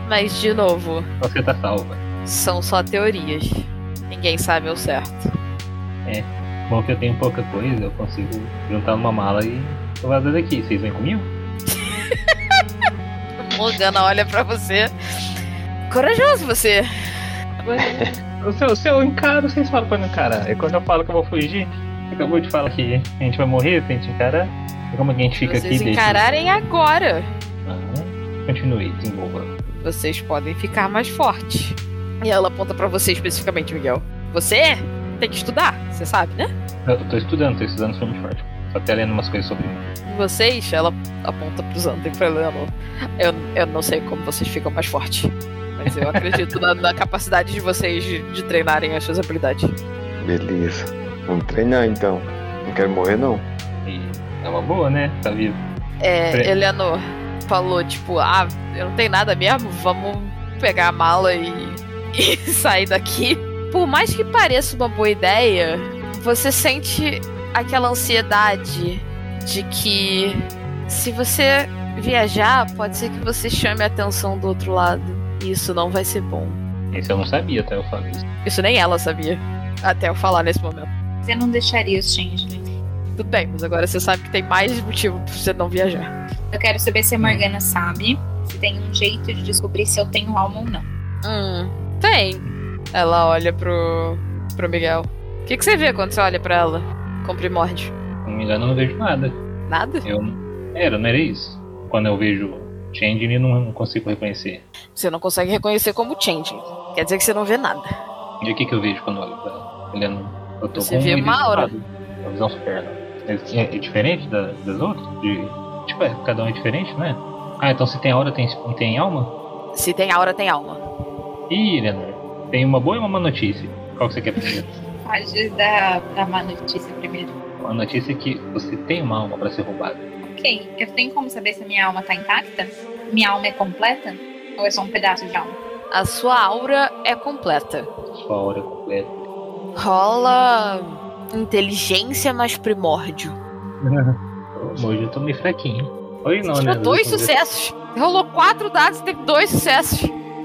Speaker 2: Mas, de novo,
Speaker 1: Você tá salva.
Speaker 2: são só teorias. Ninguém sabe ao certo.
Speaker 1: Bom que eu tenho pouca coisa, eu consigo juntar numa mala e eu vazar daqui. Vocês vêm comigo?
Speaker 2: Morgana olha pra você. Corajoso você.
Speaker 1: Se eu, se eu encaro, vocês falam pra não encarar. E quando eu falo que eu vou fugir, você acabou de falar que a gente vai morrer se a gente encarar. E Como é que a gente fica
Speaker 2: Vocês
Speaker 1: aqui deixa-
Speaker 2: encararem agora.
Speaker 1: Ah, Continue, desenvolva.
Speaker 2: Vocês podem ficar mais fortes. E ela aponta pra você especificamente, Miguel. Você tem que estudar, você sabe, né?
Speaker 1: Eu tô estudando, tô estudando filme forte. Tô até lendo umas coisas sobre.
Speaker 2: Vocês, ela aponta pros Anton e pra Eleanor. Eu, eu não sei como vocês ficam mais fortes. Mas eu acredito na, na capacidade de vocês de, de treinarem as suas habilidades.
Speaker 4: Beleza. Vamos treinar então. Não quero morrer não.
Speaker 1: E é uma boa, né? Tá vivo.
Speaker 2: É,
Speaker 1: Pre-
Speaker 2: Eleanor falou, tipo, ah, eu não tenho nada mesmo, vamos pegar a mala e, e sair daqui. Por mais que pareça uma boa ideia, você sente aquela ansiedade de que se você viajar, pode ser que você chame a atenção do outro lado. E isso não vai ser bom.
Speaker 1: Isso eu não sabia até eu falar isso.
Speaker 2: Isso nem ela sabia, até eu falar nesse momento.
Speaker 5: Você não deixaria os né? changelings.
Speaker 2: Tudo bem, mas agora você sabe que tem mais motivo pra você não viajar.
Speaker 5: Eu quero saber se a Morgana sabe, se tem um jeito de descobrir se eu tenho alma ou não.
Speaker 2: Hum, tem. Ela olha pro, pro Miguel. O que, que você vê quando você olha pra ela? Com primórdio?
Speaker 1: Se não me engano, eu não vejo nada.
Speaker 2: Nada?
Speaker 1: Eu. Era, não era isso? Quando eu vejo Change, eu não consigo reconhecer.
Speaker 2: Você não consegue reconhecer como changeling. Quer dizer que você não vê nada.
Speaker 1: E o que, que eu vejo quando eu olho pra ela? Olhando. Eu tô
Speaker 2: Você
Speaker 1: com
Speaker 2: vê
Speaker 1: um
Speaker 2: uma
Speaker 1: vídeo
Speaker 2: aura.
Speaker 1: errado. Uma visão superna. É, é- é diferente da- das outras? De- tipo, é, cada um é diferente, né? Ah, então se tem aura, tem, tem alma?
Speaker 2: Se tem aura, tem alma.
Speaker 1: Ih, Leonor, tem uma boa e uma má notícia. Qual que você quer primeiro?
Speaker 5: Pode dar a má notícia primeiro.
Speaker 1: a notícia é que você tem uma alma pra ser roubada.
Speaker 5: Ok, eu tenho como saber se a minha alma tá intacta? Minha alma é completa? Ou é só um pedaço de alma?
Speaker 2: A sua aura é completa.
Speaker 1: Sua aura completa.
Speaker 2: Rola inteligência mais primórdio.
Speaker 1: Hoje eu tô meio fraquinho. Hoje não,
Speaker 2: Você
Speaker 1: né?
Speaker 2: tirou dois
Speaker 1: Das outras
Speaker 2: sucessos. Você Rolou quatro dados e teve dois sucessos.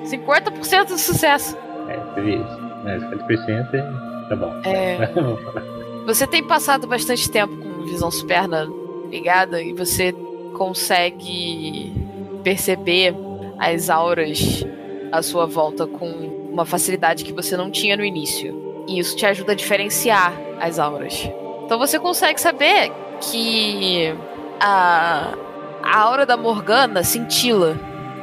Speaker 2: 50% de sucesso.
Speaker 1: vezes- É, você vê isso. Mas 50% é- tá bom.
Speaker 2: É. Você tem passado bastante tempo com visão superna ligada e você consegue perceber as auras à sua volta com uma facilidade que você não tinha no início. E isso te ajuda a diferenciar as auras. Então você consegue saber que a, a aura da Morgana cintila.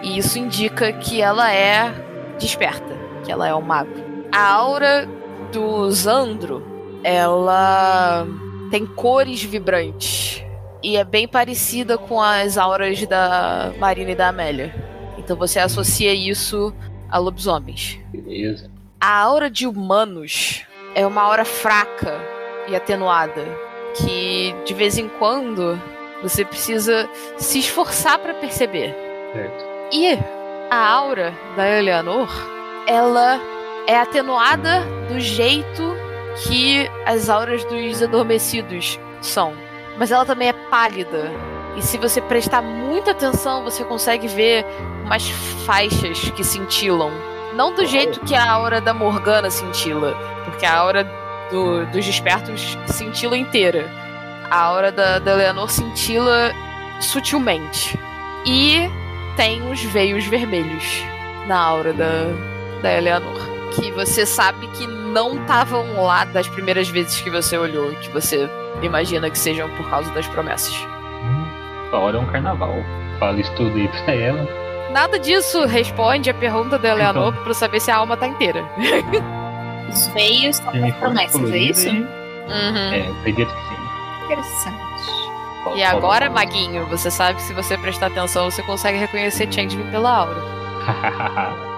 Speaker 2: E isso indica que ela é desperta, que ela é um mago. A aura do Zandro ela tem cores vibrantes e é bem parecida com as auras da Marina e da Amélia. Então você associa isso a lobisomens.
Speaker 1: Beleza.
Speaker 2: A aura de humanos é uma aura fraca e atenuada que de vez em quando você precisa se esforçar para perceber.
Speaker 1: Certo.
Speaker 2: E a aura da Eleanor, ela é atenuada do jeito que as auras dos adormecidos são. Mas ela também é pálida. E se você prestar muita atenção, você consegue ver umas faixas que cintilam. Não do jeito que a aura da Morgana cintila, porque a aura do- dos despertos cintila inteira. A aura da, da Eleanor cintila sutilmente. E tem uns veios vermelhos na aura da, da Eleanor. Que você sabe que não estavam lá das primeiras vezes que você olhou, que você imagina que sejam por causa das promessas.
Speaker 1: Sua hora é um carnaval. Fala isso tudo aí pra ela.
Speaker 2: Nada disso responde a pergunta da Eleanor pra saber se a alma tá inteira.
Speaker 5: Os veios são
Speaker 1: Tem
Speaker 2: Hum.
Speaker 5: as promessas, é
Speaker 1: colorida
Speaker 5: isso?
Speaker 1: e- É, acredito que sim.
Speaker 5: Interessante.
Speaker 2: E agora, Maguinho, você sabe que se você prestar atenção, você consegue reconhecer Changeling pela aura.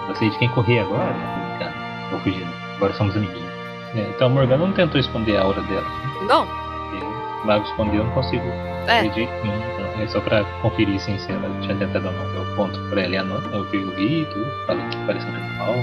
Speaker 1: Eu sei de quem correr agora? um Cara, Vou fugir. Agora somos amiguinhos. É, então a Morgana não tentou esconder a aura dela.
Speaker 2: Não,
Speaker 1: Eu, Mago esconder, eu não consigo.
Speaker 2: É.
Speaker 1: De jeito nenhum. Então, É só pra conferir sim, se ela tinha tentado ou não. Eu conto pra Eleanor, eu vi o Gui e tudo, falo que parece um animal.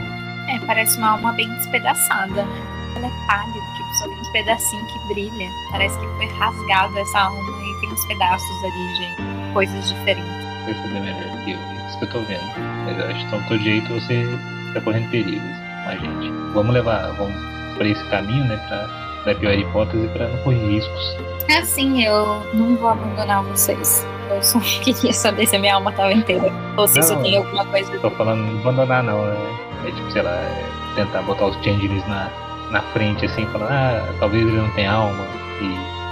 Speaker 5: É, parece uma alma bem despedaçada, né? Ela é pálida, tipo, só tem uns pedacinhos que brilha. Parece que foi rasgada essa alma e tem uns pedaços ali de coisas diferentes.
Speaker 1: Vai fazer melhor que eu. é Isso que eu tô vendo. Mas eu acho que então, de todo jeito você tá correndo perigos com a gente. Vamos levar, vamos pra esse caminho, né? Pra, pra pior hipótese, pra não correr riscos.
Speaker 5: É assim, eu não vou abandonar vocês. Eu só queria saber se a minha alma tava inteira. Ou se isso
Speaker 1: Não.
Speaker 5: tem alguma coisa.
Speaker 1: Tô falando não abandonar não, né? É tipo, sei lá, é tentar botar os changelings na, na frente assim, falar, ah, talvez ele não tenha alma e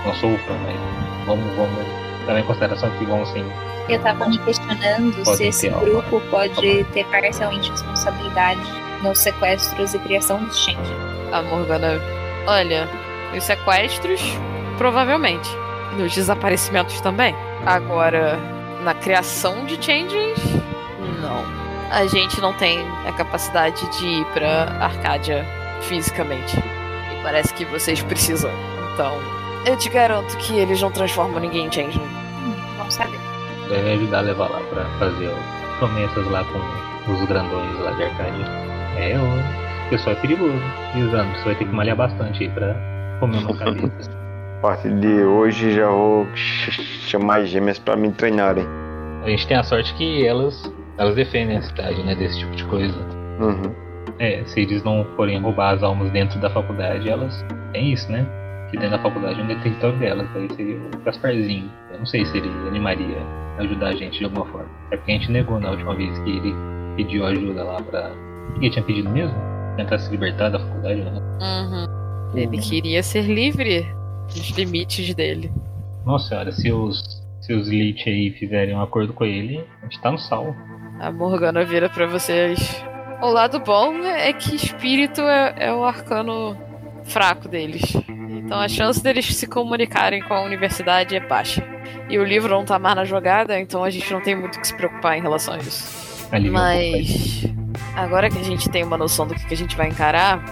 Speaker 1: não sofra, mas vamos, vamos. Levar em consideração que vamos sim.
Speaker 5: Eu tava me questionando
Speaker 1: Pode
Speaker 5: se esse
Speaker 1: ter alma. Tá
Speaker 5: grupo pode ter parcialmente responsabilidade nos sequestros e criação dos Change.
Speaker 2: a Morgana. Olha, nos sequestros, provavelmente. Nos desaparecimentos também. Agora, na criação de changes, não. A gente não tem a capacidade de ir pra Arcádia fisicamente. E parece que vocês precisam. Então, eu te garanto que eles não transformam ninguém em changeling.
Speaker 5: Hum, bom saber.
Speaker 1: Vai me ajudar a levar lá pra fazer ó, promessas lá com os grandões lá de Arcádia. É, o pessoal é perigoso. Exame, você vai ter que malhar bastante aí pra comer uma cabeça.
Speaker 4: A partir de hoje já vou ch- ch- chamar as gêmeas pra me treinarem.
Speaker 1: A gente tem a sorte que elas, elas defendem a cidade, né? Desse tipo de coisa.
Speaker 4: Uhum.
Speaker 1: É, se eles não forem roubar as almas dentro da faculdade, elas têm isso, né? Que dentro da faculdade ainda é território delas, aí seria o Gasparzinho. Eu não sei se ele animaria a ajudar a gente de alguma forma. É porque a gente negou na última vez que ele pediu ajuda lá pra. O que ele tinha pedido mesmo? Tentar se libertar da faculdade, né?
Speaker 2: Ele queria ser livre dos limites dele.
Speaker 1: Nossa senhora, se os, se os Elite aí fizerem um acordo com ele, a gente tá no sal.
Speaker 2: A Morgana vira pra vocês. O lado bom é que espírito é, é o arcano fraco deles. Então a chance deles se comunicarem com a universidade é baixa. E o livro não tá mais na jogada, então a gente não tem muito o que se preocupar em relação a isso.
Speaker 1: Ali
Speaker 2: Mas agora que a gente tem uma noção do que que a gente vai encarar,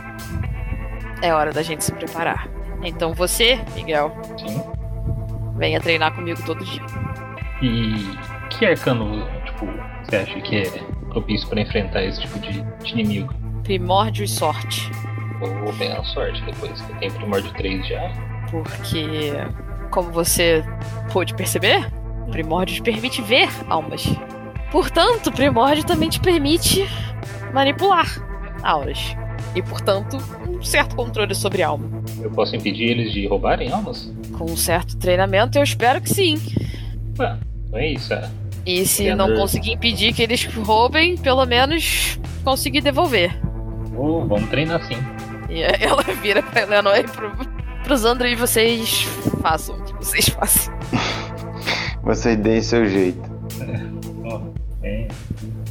Speaker 2: é hora da gente se preparar. Então você, Miguel,
Speaker 1: Sim.
Speaker 2: venha treinar comigo todo dia.
Speaker 1: E que arcano, tipo, você acha que é propício pra enfrentar esse tipo de, de inimigo?
Speaker 2: Primórdio e sorte.
Speaker 1: Vou ganhar sorte depois, que eu tenho primórdio 3 já.
Speaker 2: Porque, como você pôde perceber, Primórdio te permite ver almas. Portanto, Primórdio também te permite manipular auras. E, portanto, um certo controle sobre a alma.
Speaker 1: Eu posso impedir eles de roubarem almas?
Speaker 2: Com um certo treinamento, eu espero que sim.
Speaker 1: Ué, não é isso. é.
Speaker 2: E se não
Speaker 1: Leandro.
Speaker 2: conseguir impedir que eles roubem, pelo menos conseguir devolver.
Speaker 1: Vou- vamos treinar sim.
Speaker 2: E aí ela vira pra Eleanor e pro, pros Andrei, vocês façam o que vocês façam.
Speaker 4: Vocês deem seu jeito.
Speaker 1: É.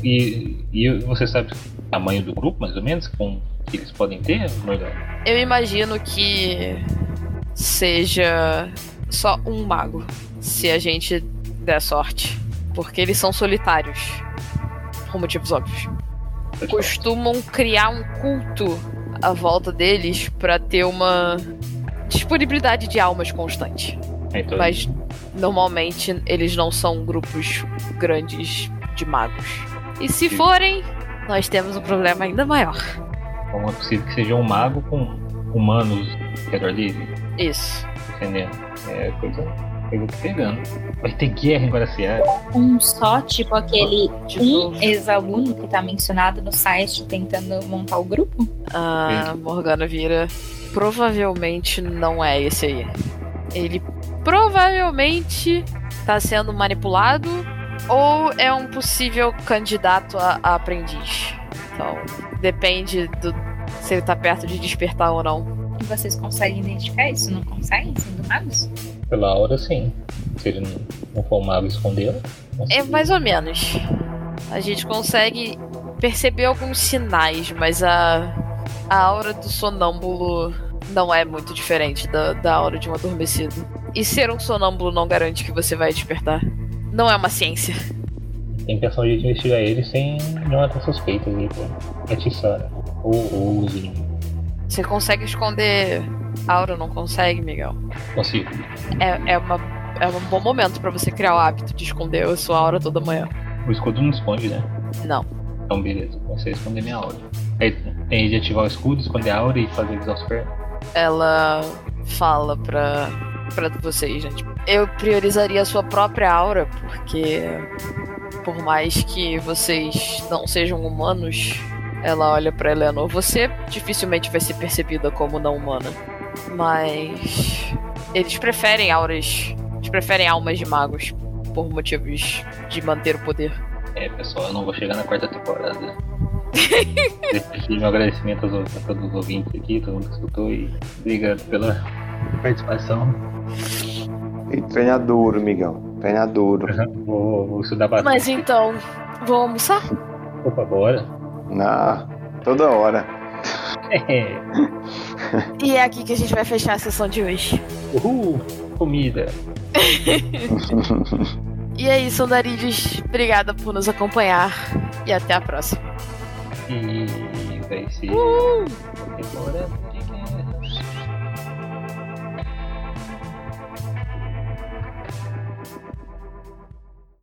Speaker 1: E, e você sabe o tamanho do grupo, mais ou menos, com que eles podem ter, Morgana?
Speaker 2: Eu imagino que seja só um mago, se a gente der sorte. Porque eles são solitários, por motivos óbvios.
Speaker 1: Pode falar.
Speaker 2: Costumam criar um culto à volta deles pra ter uma disponibilidade de almas constante.
Speaker 1: É, então,
Speaker 2: Mas normalmente eles não são grupos grandes de magos. E se
Speaker 1: Sim.
Speaker 2: forem, nós temos um problema ainda maior.
Speaker 1: então é possível que seja um mago com humanos ao redor dele,
Speaker 2: Isso.
Speaker 1: entendeu? É coisa, coisa que pegando. Vai ter guerra em Guaraciara.
Speaker 5: Um só, tipo aquele
Speaker 1: Ah,
Speaker 2: De
Speaker 5: um
Speaker 2: novo.
Speaker 5: ex-aluno que tá mencionado no site tentando montar o grupo?
Speaker 2: A Morgana vira. Provavelmente não é esse aí. Ele provavelmente tá sendo manipulado ou é um possível candidato a, a aprendiz. Então, depende do se ele tá perto de despertar ou não.
Speaker 5: E Vocês conseguem identificar isso? Não conseguem, sendo magos?
Speaker 1: Pela hora, sim. Se ele não, não for um mago esconder. não sei.
Speaker 2: É mais ou menos. A gente consegue perceber alguns sinais, mas a, a aura do sonâmbulo não é muito diferente da, da aura de um adormecido. E ser um sonâmbulo não garante que você vai despertar. Não é uma ciência.
Speaker 1: Tem que pensar um jeito de investigar ele sem não ter suspeitas aí, pô. Atiçar. Tipo, Ou, ou né? os inimigos.
Speaker 2: Você consegue esconder. A aura não consegue, Miguel.
Speaker 1: Consigo.
Speaker 2: É, é, uma, é um bom momento pra você criar o hábito de esconder a sua aura toda manhã.
Speaker 1: O escudo não esconde, né?
Speaker 2: Não.
Speaker 1: Então beleza, comecei a esconder minha aura. Aí tem de ativar o escudo, esconder a aura e fazer exaust fair.
Speaker 2: Ela fala pra, pra vocês, gente. Eu priorizaria a sua própria aura, porque por mais que vocês não sejam humanos, ela olha pra Eleanor. Você dificilmente vai ser percebida como não humana. Mas eles preferem auras. Eles preferem almas de magos por motivos de manter o poder.
Speaker 1: É, pessoal, eu não vou chegar na quarta temporada. Deixo meu um agradecimento aos, a todos os ouvintes aqui, todo mundo que escutou e obrigado pela participação.
Speaker 4: E treina duro, Miguel. Treina duro.
Speaker 1: Vou, vou estudar bastante.
Speaker 2: Mas então, vou almoçar?
Speaker 1: Opa, bora.
Speaker 4: Na, toda hora.
Speaker 2: E é aqui que a gente vai fechar a sessão de hoje.
Speaker 1: Uhul, comida.
Speaker 2: E é isso, Andarilhos. Obrigada por nos acompanhar e até a próxima.
Speaker 1: E vai ser. Temporada.